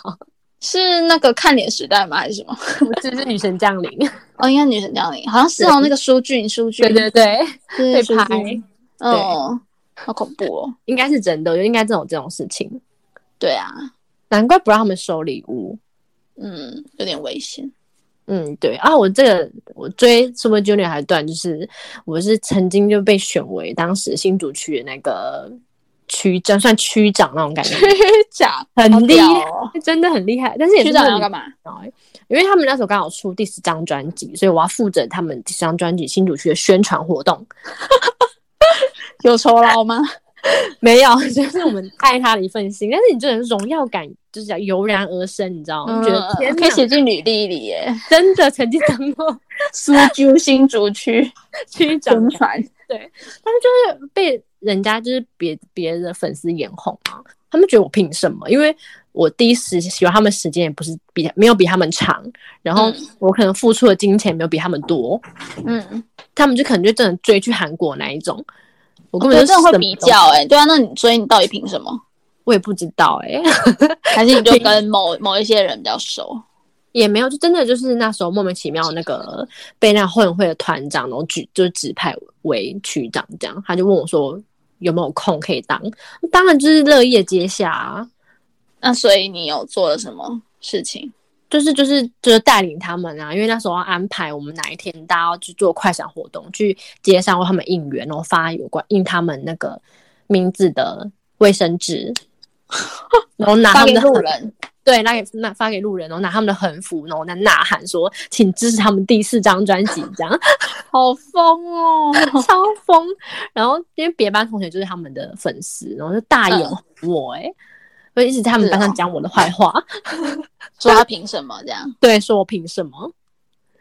A: 是那个看脸时代吗？还是什么？
B: 就是女神降临。
A: 哦，应该女神降临，好像是哦，
B: 对
A: 那个舒俊，舒俊
B: 对对对，
A: 对
B: 被拍
A: 舒俊哦，好恐怖哦。
B: 应该是真的，我觉得应该这种这种事情，
A: 对啊，
B: 难怪不让他们收礼物。
A: 嗯，有点危 险。
B: 嗯，对啊，我这个我追 Super Junior 还段，就是我是曾经就被选为当时新竹区的那个区长，算区长那 种感觉，
A: 假
B: 很厉
A: 好
B: 害，
A: 屌哦
B: 真的很厉害。但是也
A: 区
B: 是
A: 长
B: 很
A: 要干嘛？
B: 少欸因为他们那时候刚好出第十张专辑，所以我要负责他们第十张专辑新竹区的宣传活动。
A: 有酬劳吗？
B: 没有， 就是我们爱他的一份心，但是你这人荣耀感就是讲油然而生，你知道吗？
A: 嗯
B: 就觉得天
A: 可以
B: 哪
A: 写进履历里耶。
B: 真的曾经当过
A: 苏州新竹 区
B: 区长
A: 宣，传，
B: 但是就是被人家就是别别的粉丝眼红啊，他们觉得我凭什么？因为我第一时喜欢他们时间也不是比没有比他们长，然后
A: 嗯
B: 我可能付出的金钱没有比他们多，
A: 嗯，
B: 他们就可能就真的追去韩国那一种。我根
A: 我
B: 本
A: 觉
B: 就
A: 得哦真的会
B: 什么
A: 比
B: 都
A: 较，哎，对啊，那你所以你到底凭什么？
B: 我也不知道哎、
A: 还是你就跟某某一些人比较熟？
B: 也没有，就真的就是那时候莫名其妙那个被那混会的团长，然后指就指派为区长这样，他就问我说有没有空可以当，当然就是乐意的接下啊。
A: 那所以你有做了什么事情？
B: 就是就是就是带领他们啊，因为那时候要安排我们哪一天大家要去做快闪活动，去街上为他们应援，然后发有关印他们那个名字的卫 生纸，然后拿他
A: 发给
B: 们的
A: 路
B: 横
A: 人，
B: 对，拿给那发给路人，然后拿他们的横幅，然后在呐喊说，请支持他们第四张专辑，这 样
A: 好疯 哦！
B: 超疯。然后因为别班同学就是他们的粉丝，然后就大眼红我哎、欸，我一直在他
A: 嗯
B: 们
A: 是哦
B: 班上讲我的坏话，
A: 说他凭什么这样？
B: 对，说我凭什么？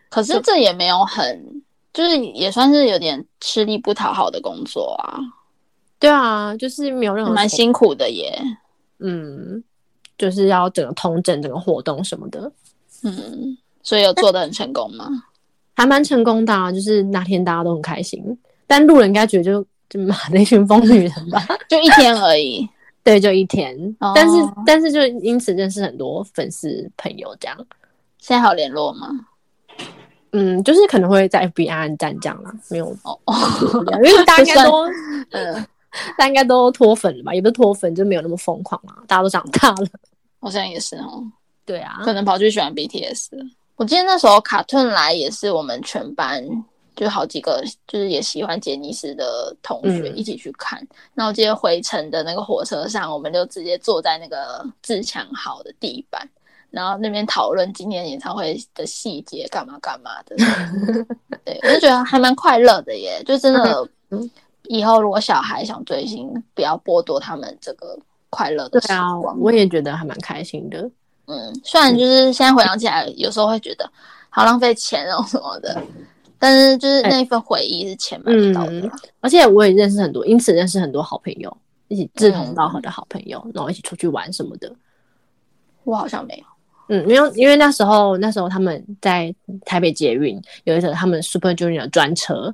A: 可是这也没有很，就是也算是有点吃力不讨好的工作啊。
B: 对啊，就是没有任何
A: 蛮辛苦的耶。
B: 嗯，就是要整个通整整个活动什么的，
A: 嗯，所以有做的很成功吗？
B: 还蛮成功的、啊，就是那天大家都很开心。但路人应该觉得就就妈那群疯女人吧，
A: 就一天而已。
B: 对，就一天。
A: 哦
B: 但是但是就因此认识很多粉丝朋友这样，
A: 现在好联络吗？
B: 嗯，就是可能会在 FB 暗暗赞这样啦，没有，
A: 哦，
B: 因为大家应该 都呃
A: 嗯，
B: 大家应该都脱粉了吧，也不是脱粉，就没有那么疯狂啦，大家都长大了。
A: 好像也是哦，
B: 对啊，
A: 可能跑去喜欢 BTS 了。我记得那时候卡顿来也是我们全班就好几个，就是也喜欢杰尼斯的同学
B: 嗯
A: 一起去看。那、我记得回程的那个火车上，我们就直接坐在那个自强号的地板，然后那边讨论今年演唱会的细节，干嘛干嘛的。 对，我就觉得还蛮快乐的耶，就真的
B: 嗯，
A: 以后如果小孩想追星，不要剥夺他们这个快乐的
B: 对
A: 时
B: 啊，
A: 光。
B: 我也觉得还蛮开心的。
A: 嗯，虽然就是现在回想起来，有时候会觉得好浪费钱哦什么的，但是就是
B: 哎
A: 那一份回忆是钱买不到
B: 嗯
A: 的啦。
B: 而且我也认识很多，因此认识很多好朋友，一起志同
A: 嗯
B: 道合的好朋友，然后一起出去玩什么的。
A: 我好像没有，
B: 嗯，因为因为那时候那时候他们在台北捷运有一个他们 Super Junior 的专车，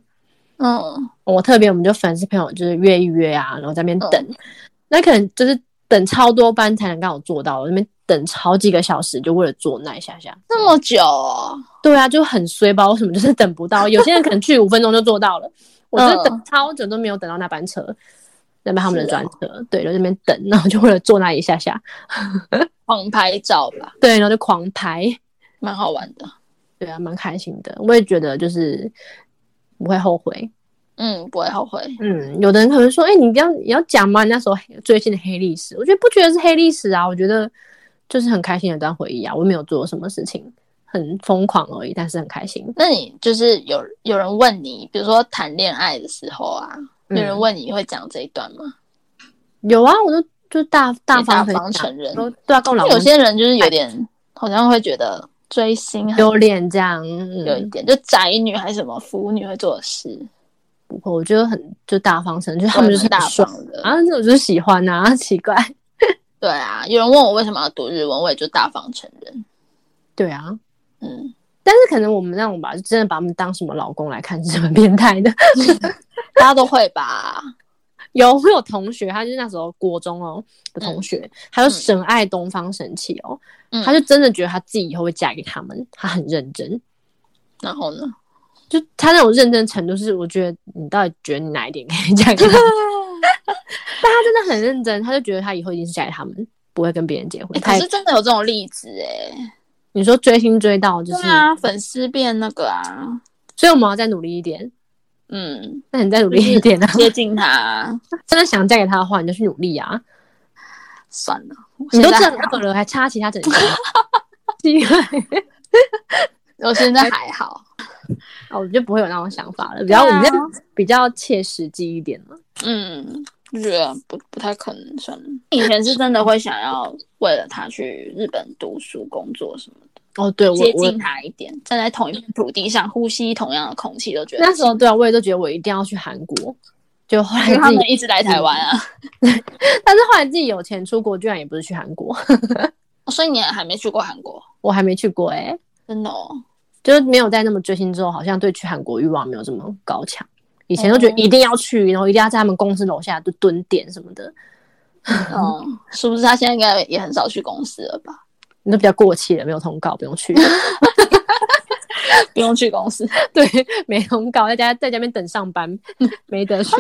A: 嗯，
B: 我特别我们就粉丝朋友就是约一约啊，然后在那边等， 那可能就是等超多班才能刚好坐到，我那边等好几个小时就为了坐那一下下。
A: 那么久、哦，
B: 对啊，就很衰吧，为什么就是等不到？有些人可能去五分钟就做到了，我就等超久都没有等到那班车，那班他们的
A: 是啊
B: 专车，对，就在那边等，然后就为了坐那一下下，
A: 狂拍照吧，
B: 对，然后就狂排，
A: 蛮好玩的。
B: 对啊，蛮开心的。我也觉得就是不会后悔。
A: 嗯，不会后悔。
B: 嗯，有的人可能说，哎、你这样你要讲吗？你那时候黑最近的黑历史，我觉得不觉得是黑历史啊，我觉得就是很开心的一段回忆啊，我没有做什么事情，很疯狂而已，但是很开心。
A: 那你就是有有人问你，比如说谈恋爱的时候啊，
B: 嗯
A: 有人问你会讲这一段吗？
B: 有啊，我就就大大方
A: 你
B: 很
A: 大方承认
B: 对啊，跟
A: 因
B: 我老
A: 为
B: 公
A: 有些人就是有点好像会觉得追星很
B: 丢脸这样，
A: 有一
B: 嗯，
A: 点，就宅女还是什么腐女会做的事，
B: 不会，我觉得很就大方承认，就是他们就
A: 我
B: 是
A: 也蛮大
B: 很爽
A: 方的。
B: 啊，这我就是喜欢啊， 奇怪，
A: 对啊，有人问我为什么要读日文，我也就大方承认。
B: 对啊，
A: 嗯，
B: 但是可能我们那种吧，就真的把他们当什么老公来看，是很变态的。
A: 大家都会吧？
B: 有我有同学，他就是那时候国中哦的同学，他就深爱东方神起哦，
A: 嗯
B: 他就真的觉得他自己以后会嫁给他们，他很认真，
A: 然后呢？
B: 就他那种认真程度是，我觉得你到底觉得你哪一点可以嫁给他们？但他真的很认真，他就觉得他以后一定是嫁给他们，不会跟别人结婚。
A: 欸可
B: 他也
A: 是真的有这种例子哎、
B: 你说追星追到就是，
A: 对啊，粉丝变那个啊，
B: 所以我们要再努力一点。
A: 嗯，
B: 那你再努力一点啊！
A: 接近他，
B: 真的想嫁给他的话，你就去努力啊！
A: 算了，我
B: 你都
A: 现在
B: 这
A: 还好
B: 样了，还差其他整 形？奇怪，
A: 我现在还好，
B: 哦 我就不会有那种想法了。比较我
A: 对啊
B: 们这样比较切实际一点了。
A: 嗯，就觉得不不太可能，算了。以前是真的会想要为了他去日本读书、工作什么的，
B: 哦，对我
A: 接
B: 我
A: 近他一点，站在同一片土地上，呼吸同样的空气，都觉得
B: 那时候对啊，我也都觉得我一定要去韩国，就后来
A: 因为
B: 自
A: 他
B: 己
A: 们一直来台湾啊。
B: 但是后来自己有钱出国，居然也不是去韩国，
A: 哦所以你也还没去过韩国，
B: 我还没去过哎、
A: 真的哦。
B: 就是没有在那么追星之后，好像对去韩国欲望没有这么高强。以前都
A: 哦
B: 觉得一定要去，然后一定要在他们公司楼下就蹲点什么的，
A: 嗯，是不是他现在应该也很少去公司了吧？
B: 那比较过气了，没有通告不 用去。
A: 不用去公司，
B: 对，没通告，在家在家里面等上班， 没 得去。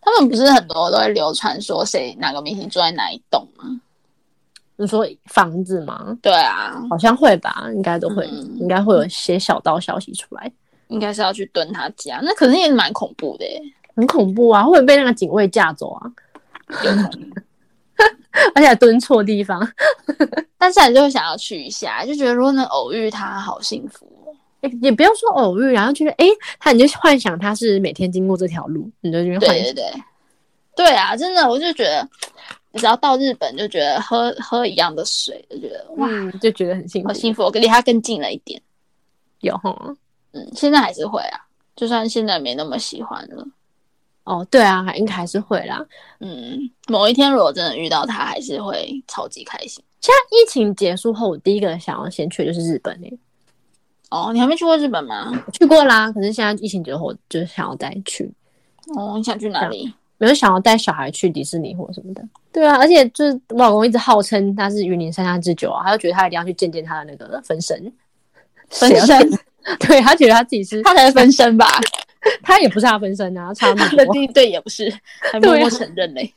A: 他们不是很多都会流传说谁哪个明星住在哪一栋吗？
B: 你说房子吗？
A: 对啊，
B: 好像会吧，应该都会，
A: 嗯
B: 应该会有一些小道消息出来，
A: 应该是要去蹲他家，那可能也蛮恐怖的耶，
B: 很恐怖啊，会不会被那个警卫架走啊？
A: 有可能。
B: 而且还蹲错地方。
A: 但是还是会想要去一下，就觉得如果能偶遇他，好幸福哦。
B: 也也不要说偶遇，然后觉得哎、诶他你就幻想他是每天经过这条路，你就觉得幻
A: 对对
B: 想
A: 对，对啊，真的，我就觉得只要到日本，就觉得喝喝一样的水，就觉得哇，
B: 嗯，就觉得很幸福
A: 好。幸福，我离他更近了一点。
B: 有哈，
A: 嗯，现在还是会啊，就算现在没那么喜欢了，
B: 哦，对啊，还应该还是会啦。
A: 嗯，某一天如果真的遇到他，还是会超级开心。
B: 现在疫情结束后，我第一个想要先去的就是日本诶、
A: 哦，你还没去过日本吗？
B: 我去过啦，可是现在疫情结束后，就是想要再去，
A: 哦，你想去哪里？
B: 没有想要带小孩去迪士尼或什么的。对啊，而且就是我老公一直号称他是云林山下之久啊，他就觉得他一定要去见见他的那个分身。
A: 分身，
B: 对他觉得他自己 是，
A: 他才是分身 吧？
B: 他也不是他分身啊，差那
A: 他
B: 么
A: 的
B: 多。
A: 第一对也不是，啊还默默承认嘞，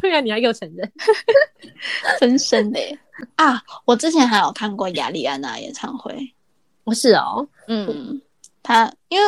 B: 对啊，你要又承认。
A: 分身嘞啊！我之前还有看过亚丽安娜演唱会，
B: 不是哦，
A: 嗯，他因为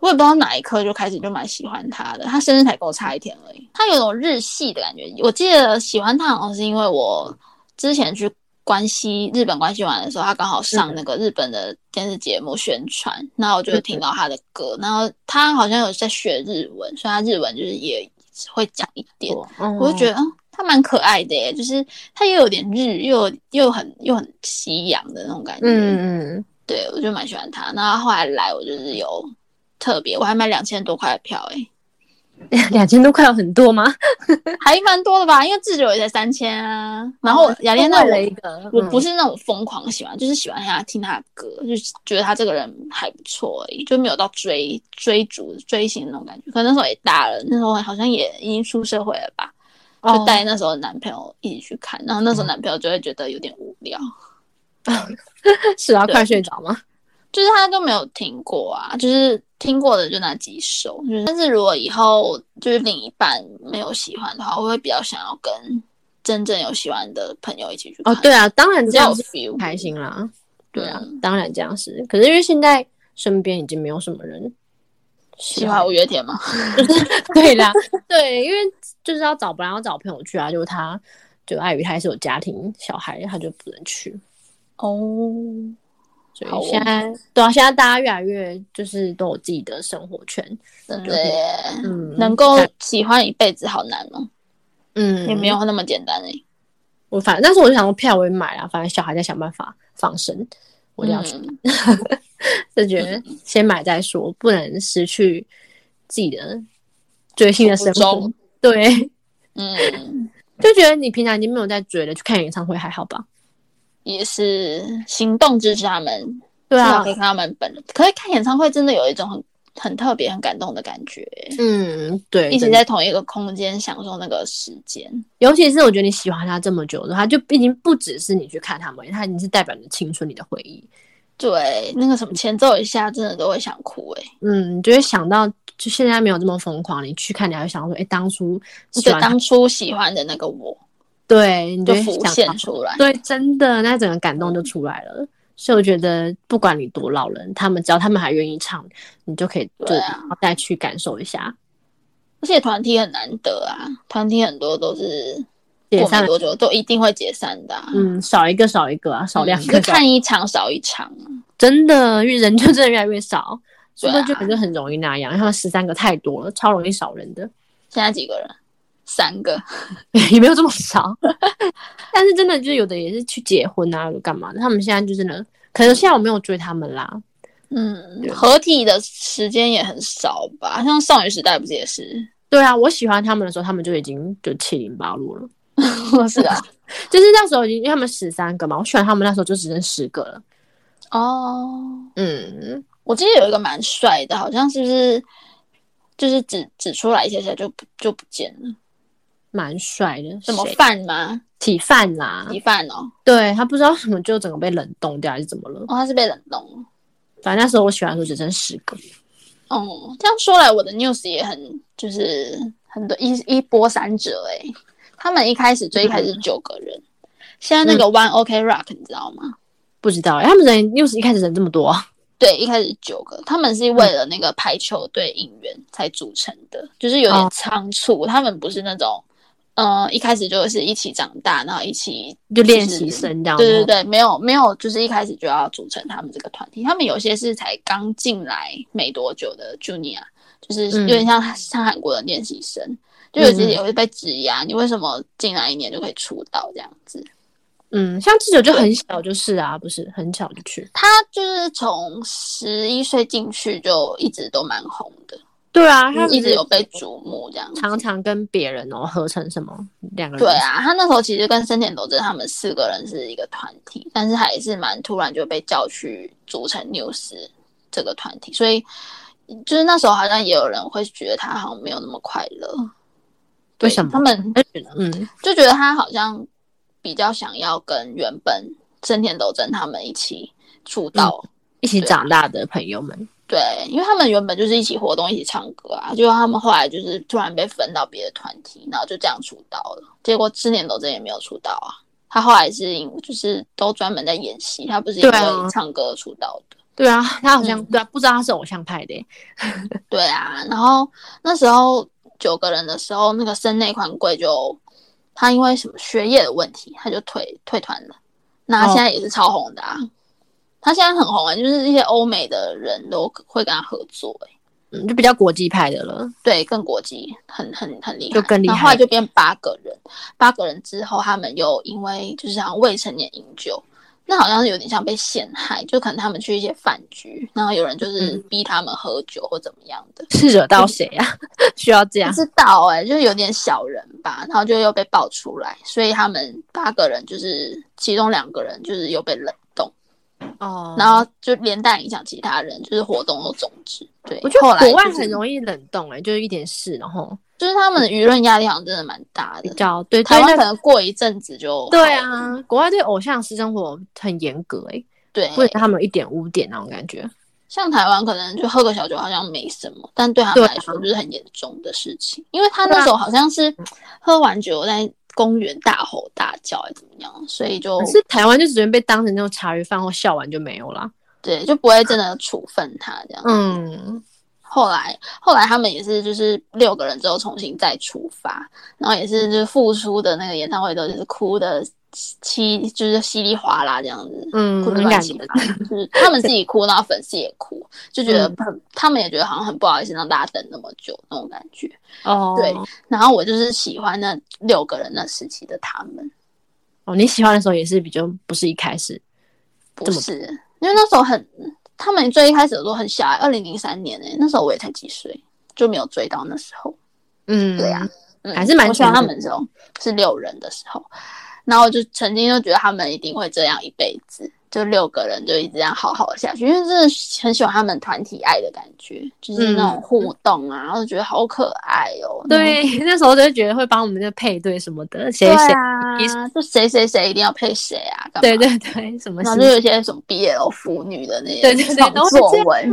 A: 我也不知道哪一刻就开始就蛮喜欢他的，他生日才跟我差一天而已。他有种日系的感觉，我记得喜欢他好像是因为我之前去关西日本关西玩的时候，他刚好上那个日本的电视节目宣传，然后我就有听到他的歌，然后他好像有在学日文，所以他日文就是也会讲一点，我
B: 我
A: 就觉得，嗯，他蛮可爱的耶，就是他又有点日，又有又很又很西洋的那种感觉，
B: 嗯嗯，
A: 对，我就蛮喜欢他。那后来来，我就是有特别，我还买两千多块的票，哎，
B: 两千多块有很多吗？
A: 还蛮多的吧？因为自由也才三千啊。然 后雅典娜
B: 换了一
A: 我，
B: 个，
A: 我不
B: 是
A: 是那种疯狂喜欢，就是喜欢他听他的歌，就是觉得他这个人还不错而已，就没有到追追逐追星那种感觉。可能那时候也大了，那时候好像也已经出社会了吧，
B: 哦
A: 就带那时候男朋友一起去看，然后那时候男朋友就会觉得有点无聊。
B: 是啊，
A: 对
B: 快睡着吗？
A: 就是他都没有听过啊，就是听过的就那几首。就是但是如果以后就是另一半没有喜欢的话，我会比较想要跟真正有喜欢的朋友一起去看
B: 哦，，对啊，当然
A: 比
B: 这
A: 较有
B: 样子
A: feel，
B: 开。心啦。对啊
A: 嗯，
B: 当然这样是，可是因为现在身边已经没有什么人
A: 喜欢五月天吗？
B: 对啦，对，因为就是要找，本来要找朋友去啊，就是他，就碍于他还是有家庭小孩，他就不能去，
A: 哦，
B: 所
A: 好哦
B: 以现在、对啊，现在大家越来越就是都有自己的生活圈，
A: 真的耶，
B: 嗯，
A: 能够喜欢一辈子好难哦，
B: 嗯
A: 也没有那么简单哎。
B: 我反正，但是我就想说票我也买了，反正小孩在想办法放生，我就要去，
A: 嗯
B: 就觉得先买再说，不能失去自己的追星的生
A: 初
B: 活
A: 衷。
B: 对，
A: 嗯，
B: 就觉得你平常已经没有在追了，去看演唱会还好吧？
A: 也是行动支持他们，
B: 对
A: 至
B: 啊
A: 少可，以看他们本人。可是看演唱会真的有一种很很特别、很感动的感觉欸耶。
B: 嗯，对，
A: 一起
B: 真的
A: 在同一个空间享受那个时间。
B: 尤其是我觉得你喜欢他这么久的话，就已经不只是你去看他们，他已经是代表你的青春、你的回忆。
A: 对，那个什么前奏一下，真的都会想哭哎、
B: 嗯，你就会想到，就现在没有这么疯狂，你去看你还会想说，哎、当初喜
A: 对，
B: 欢他，
A: 当初喜欢的那个我
B: 对，你
A: 就
B: 就会
A: 浮
B: 想
A: 现
B: 到
A: 出 来。
B: 对，真的，那整个感动就出来了。所以我觉得，不管你多老人，他们只要他们还愿意唱，你就可以就
A: 对啊
B: 再去感受一下。
A: 而且团体很难得啊，团体很多都是
B: 解
A: 过
B: 散
A: 没
B: 了，
A: 多久都一定会解散的、啊。
B: 嗯，少一个少一个啊，少两
A: 嗯
B: 个
A: 就
B: 少，
A: 看一场少一场啊。
B: 真的，因为人就真的越来越少，所以
A: 对啊
B: 就感觉很容易那样。因为他们十三个太多了，超容易少人的，
A: 现在几个人？三个。
B: 也没有这么少。 但是真的就是有的也是去结婚啊，干嘛的？他们现在就真的，可能现在我没有追他们啦，
A: 嗯
B: 对，
A: 合体的时间也很少吧？像少女时代不是也是？
B: 对啊，我喜欢他们的时候，他们就已经就七零八落了。
A: 是啊。
B: 就是那时候已经，因为他们十三个嘛，我喜欢他们那时候就只剩十个了。
A: 哦，
B: 嗯，
A: 我记得有一个蛮帅的，好像是不是就是指指出来一下下就不就不见了？
B: 蛮帅的。
A: 什么
B: 谁啊
A: 饭吗？
B: 体范啦？
A: 米饭哦，
B: 对他不知道什么就整个被冷冻掉还是怎么了
A: 哦，。他是被冷冻了。
B: 反正那时候我喜欢的时候只剩十个。
A: 哦，这样说来，我的 news 也很就是很多一一波三折哎、他们一开始最一开始是九个人，现在那个 One OK Rock 你知道吗？
B: 不知道、欸、他们人又是一开始人这么多、啊，
A: 对，一开始九个，他们是
B: 嗯
A: 为了那个排球队应援才组成的，就是有点
B: 哦
A: 仓促，他们不是那种。嗯、一开始就是一起长大，然后一起
B: 就练习生这样。
A: 对对，对，没有没有，就是一开始就要组成他们这个团体。他们有些是才刚进来没多久的 junior，就是有
B: 嗯
A: 点像、像韩国的练习生，就有些也会被质疑啊，你为什么进来一年就可以出道这样子？
B: 嗯，像志久就很小，就是啊，不是很小就去。
A: 他就是从十一岁进去就一直都蛮红的，
B: 对啊，他
A: 嗯一直有被瞩目这样子。
B: 常常跟别人哦合成什么两个人。
A: 对，啊，他那时候其实跟森田斗真他们四个人是一个团体，但是还是蛮突然就被叫去组成 News 这个团体，所以就是那时候好像也有人会觉得他好像没有那么快乐。对
B: 嗯为什么
A: 他们
B: 嗯，
A: 就觉得他好像比较想要跟原本森田斗真他们一起出道，
B: 一起长大的朋友们，
A: 对，因为他们原本就是一起活动、一起唱歌啊，结果他们后来就是突然被分到别的团体，然后就这样出道了。结果之前斗真也没有出道啊，他后来是因就是都专门在演戏，他不是因
B: 对啊
A: 为唱歌出道的。
B: 对啊，他好像
A: 嗯
B: 对啊，不知道他是偶像派的欸耶，
A: 对啊，然后那时候九个人的时候，那个森内宽贵就他因为什么学业的问题，他就退退团了。那他
B: 哦
A: 现在也是超红的啊，他现在很红啊，就是一些欧美的人都会跟他合作、欸。
B: 嗯，就比较国际派的了。
A: 对，更国际，很很很厉害，
B: 就更厉害
A: 然后后来就变八个人，八个人之后，他们又因为就是好像未成年饮酒，那好像是有点像被陷害，就可能他们去一些饭局，然后有人就是
B: 嗯
A: 逼他们喝酒或怎么样的，
B: 是惹到谁 啊？需要这样
A: 不？知道哎、就是有点小人吧，然后就又被爆出来，所以他们八个人就是其中两个人就是又被冷冻，
B: 哦
A: 然后就连带影响其他人，就是活动都终止。对，
B: 我觉
A: 后
B: 得
A: 来
B: 国外
A: 就是
B: 很容易冷冻，哎，就是一点事，然后
A: 就是他们的舆论压力好像真的蛮大
B: 比
A: 的。
B: 较对
A: 台
B: 对
A: 湾
B: 那
A: 可能过一阵子就
B: 对
A: 好了，
B: 啊，国外对偶像私生活很严格，哎，或
A: 对
B: 者，他们有一点污点那种感觉。
A: 像台湾可能就喝个小酒好像没什么，但对他们
B: 对啊啊
A: 来说就是很严重的事情。因为他那时候好像是喝完酒在公园大吼大叫，还怎么样，所以就
B: 可是台湾就只能被当成那种茶余饭后笑完就没有啦。
A: 对就不会真的处分他这样。
B: 嗯，
A: 后来后来他们也是就是六个人之后重新再出发，然后也是就是复出的那个演唱会都是哭的稀就是稀里哗啦这样子。
B: 嗯
A: 哭得
B: 很
A: 乱
B: 感
A: 七
B: 人
A: 八糟，就是 他们自己哭，然后粉丝也哭，就觉得
B: 嗯
A: 很，他们也觉得好像很不好意思让大家等那么久那种感觉。
B: 哦，
A: 对然后我就是喜欢那六个人那时期的他们，
B: 哦，你喜欢的时候也是比较不是一开始，
A: 不
B: 怎么
A: 是因为那时候很，他们最一开始的时候很小、欸，二零零三年诶、那时候我也才几岁，就没有追到那时候。
B: 嗯，
A: 对啊，嗯
B: 还是蛮
A: 我喜欢
B: 前
A: 他
B: 面
A: 们这种是六人的时候，然后就曾经就觉得他们一定会这样一辈子，就六个人就一直这样好好的下去，因为真的很喜欢他们团体爱的感觉，就是那种
B: 嗯
A: 互动啊，然后就觉得好可爱哦。然后。
B: 对， 那时候就会觉得会帮我们这配对什么的，谁
A: 对
B: 谁，
A: 啊，就谁谁谁一定要配谁啊，干嘛
B: 对对对，什么
A: 然后
B: 星
A: 就有一些什么 BL 腐女的那
B: 对
A: 些
B: 对对
A: 创
B: 都会
A: 作
B: 这样
A: 文，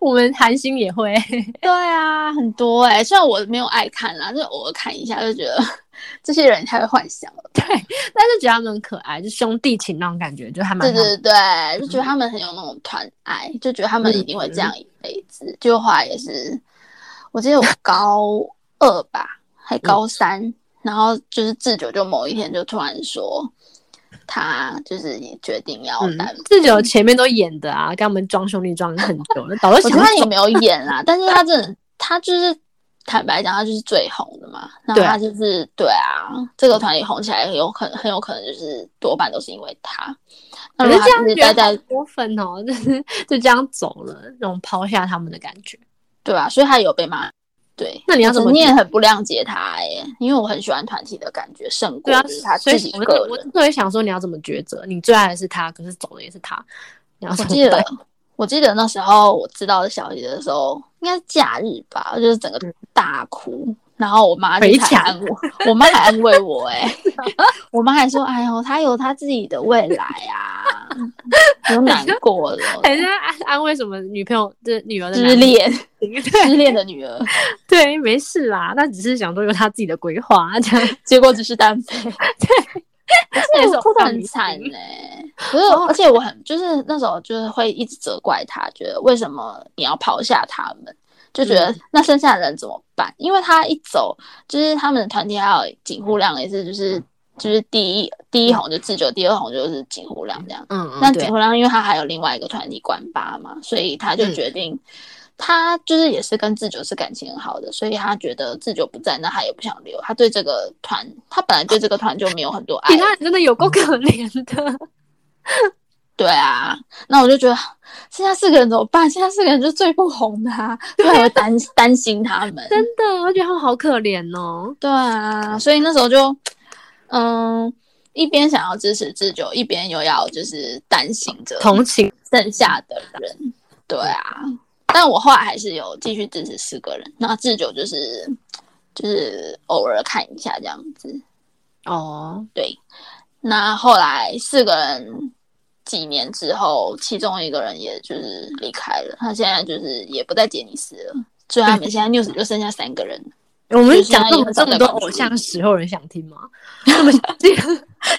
B: 我们韩星也会，
A: 对啊，很多哎、虽然我没有爱看啦，就偶尔看一下就觉得 这些人太会幻想了。
B: 但是觉得他们很可爱，就兄弟情那种感觉，就还蛮嗯
A: 对
B: 好的。
A: 对对，就觉得他们很有那种团爱，就觉得他们一定会这
B: 嗯
A: 样一辈子。就后来也是，我记得我高二吧，还
B: 嗯
A: 高三，然后就是志久就某一天就突然说，他就是也决定要
B: 嗯
A: 单。，
B: 志久前面都演的啊，跟我们装兄弟装很久了，早就
A: 我觉
B: 想
A: 得他
B: 说
A: 也没有演啦，但是他真的，他就是坦白讲，他就是最红的嘛。然后
B: 对
A: 他就是对啊，这个团体红起来有可能很有可能就是多半都是因为他。那
B: 可
A: 如
B: 是
A: 果
B: 这
A: 他
B: 样
A: 就是
B: 觉
A: 待
B: 得
A: 在
B: 好过分哦， 就是就这样走了，那种抛下他们的感觉。
A: 对吧、所以他有被骂。对，
B: 那你要怎么
A: 你也很不谅解他耶、因为我很喜欢团体的感觉胜过
B: 对啊
A: 就是他，
B: 所
A: 自己
B: 以我
A: 个
B: 我
A: 人。
B: 特别想说，你要怎么抉择？你最爱的是他，可是走的也是他，你要
A: 我
B: 怎
A: 记
B: 么
A: 得
B: 办？
A: 我记得那时候我知道小姐的时候，应该是假日吧，我就是整
B: 嗯
A: 个大哭，然后我妈就
B: 围
A: 才
B: 墙
A: 安慰我，我妈还安慰我、 哎，我妈还说，哎呦，她有她自己的未来啊，不用难过 了，
B: 很像哎安安慰什么女朋友，就是女儿的
A: 失
B: 男友，
A: 恋
B: 对
A: 失恋的女儿，
B: 对，没事啦，那只是想说有他自己的规划，这样
A: 结果只是单飞。
B: 那
A: 那
B: 时
A: 时候
B: 候
A: 哭得很
B: 明星哦
A: 惨欸呢、可是，而且我很就是那时候就是会一直责怪他，觉得为什么你要抛下他们，就觉得
B: 嗯
A: 那剩下的人怎么办？因为他一走，就是他们的团体还有井户亮也是，就是就是第一第一红就自救，第二红就是井户亮这样。
B: 嗯，嗯
A: 那
B: 对
A: 井户亮因为他还有另外一个团体关八嘛，所以他就
B: 嗯
A: 决定。他就是也是跟自九是感情很好的，所以他觉得自九不在，那他也不想留。他对这个团，他本来对这个团就没有很多爱
B: 其，他人真的有够可怜的，
A: 对啊，那我就觉得现在四个人怎么办？现在四个人就是最不红的、啊，所以我会担担心他们。
B: 真的，我觉得他们好可怜哦。
A: 对啊，所以那时候就，嗯，一边想要支持自久，一边又要就是担心着
B: 同情，
A: 剩下的人。对啊，但我后来还是有继续支持四个人，那自久就是就是偶尔看一下这样子。
B: 哦，
A: 对，那后来四个人几年之后，其中一个人也就是离开了，他现在就是也不在杰尼斯了，所以他们现在 news 就剩下三个人了，
B: 我
A: 就
B: 们
A: 是
B: 讲
A: 他
B: 这
A: 也
B: 么
A: 找
B: 这
A: 得
B: 么多
A: 到
B: 偶
A: 出
B: 像时候人想听吗？ 这么这个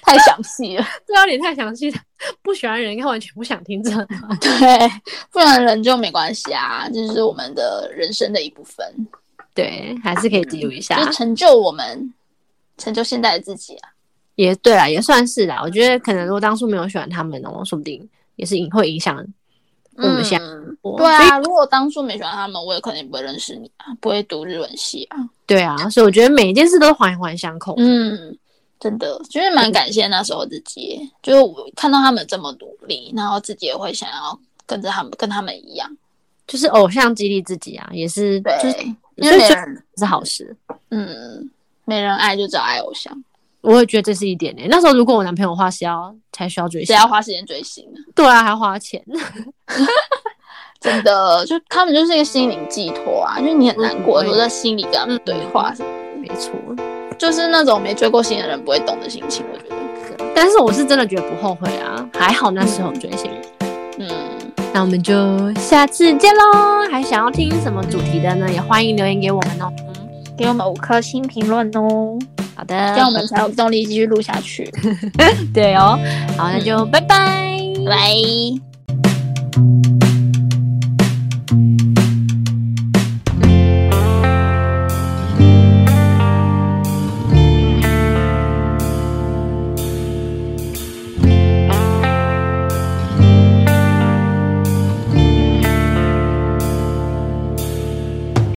A: 太详细了，
B: 对啊，有点太详细了，不喜欢的人应该完全不想听这个。
A: 对，不然人就没关系啊，这就是我们的人生的一部分，
B: 对，还是可啊以记录一下。
A: 就成就我们，成就现在的自己啊，
B: 也对啦，也算是啦。我觉得可能如果当初没有喜欢他们哦，说不定也是影会影响我们现在。
A: 嗯
B: 我
A: 对啊，如果当初没喜欢他们，我也可能也不会认识你啊，不会读日文系啊。
B: 对啊，所以我觉得每一件事都环环相扣。
A: 嗯，真的，就是蛮感谢那时候自己，就是我看到他们这么努力，然后自己也会想要跟着他们，跟他们一样。就是
B: 偶像激励自己啊，也是就是
A: 对，因为没
B: 就
A: 人，
B: 是好事。
A: 嗯，没人爱就只有爱偶像，
B: 我也觉得这是一点诶、那时候如果我男朋友的话是要才需要追
A: 谁
B: 星，
A: 要花时间追星啊？
B: 对啊，还要花钱。
A: 真的，就他们就是一个心灵寄托啊，就是你很难过的时候在心里跟他们对话，
B: 没错，
A: 就是那种没追过星的人不会懂的心情，我觉得。
B: 但是我是真的觉得不后悔啊，还好那时候追星。
A: 嗯，
B: 那我们就下次见喽！还想要听什么主题的呢？也欢迎留言给我们哦。
A: 给我们五颗星评论哦，
B: 好的，
A: 这样我们才有动力继续录下去。
B: 对哦。好，那就拜拜。
A: 拜。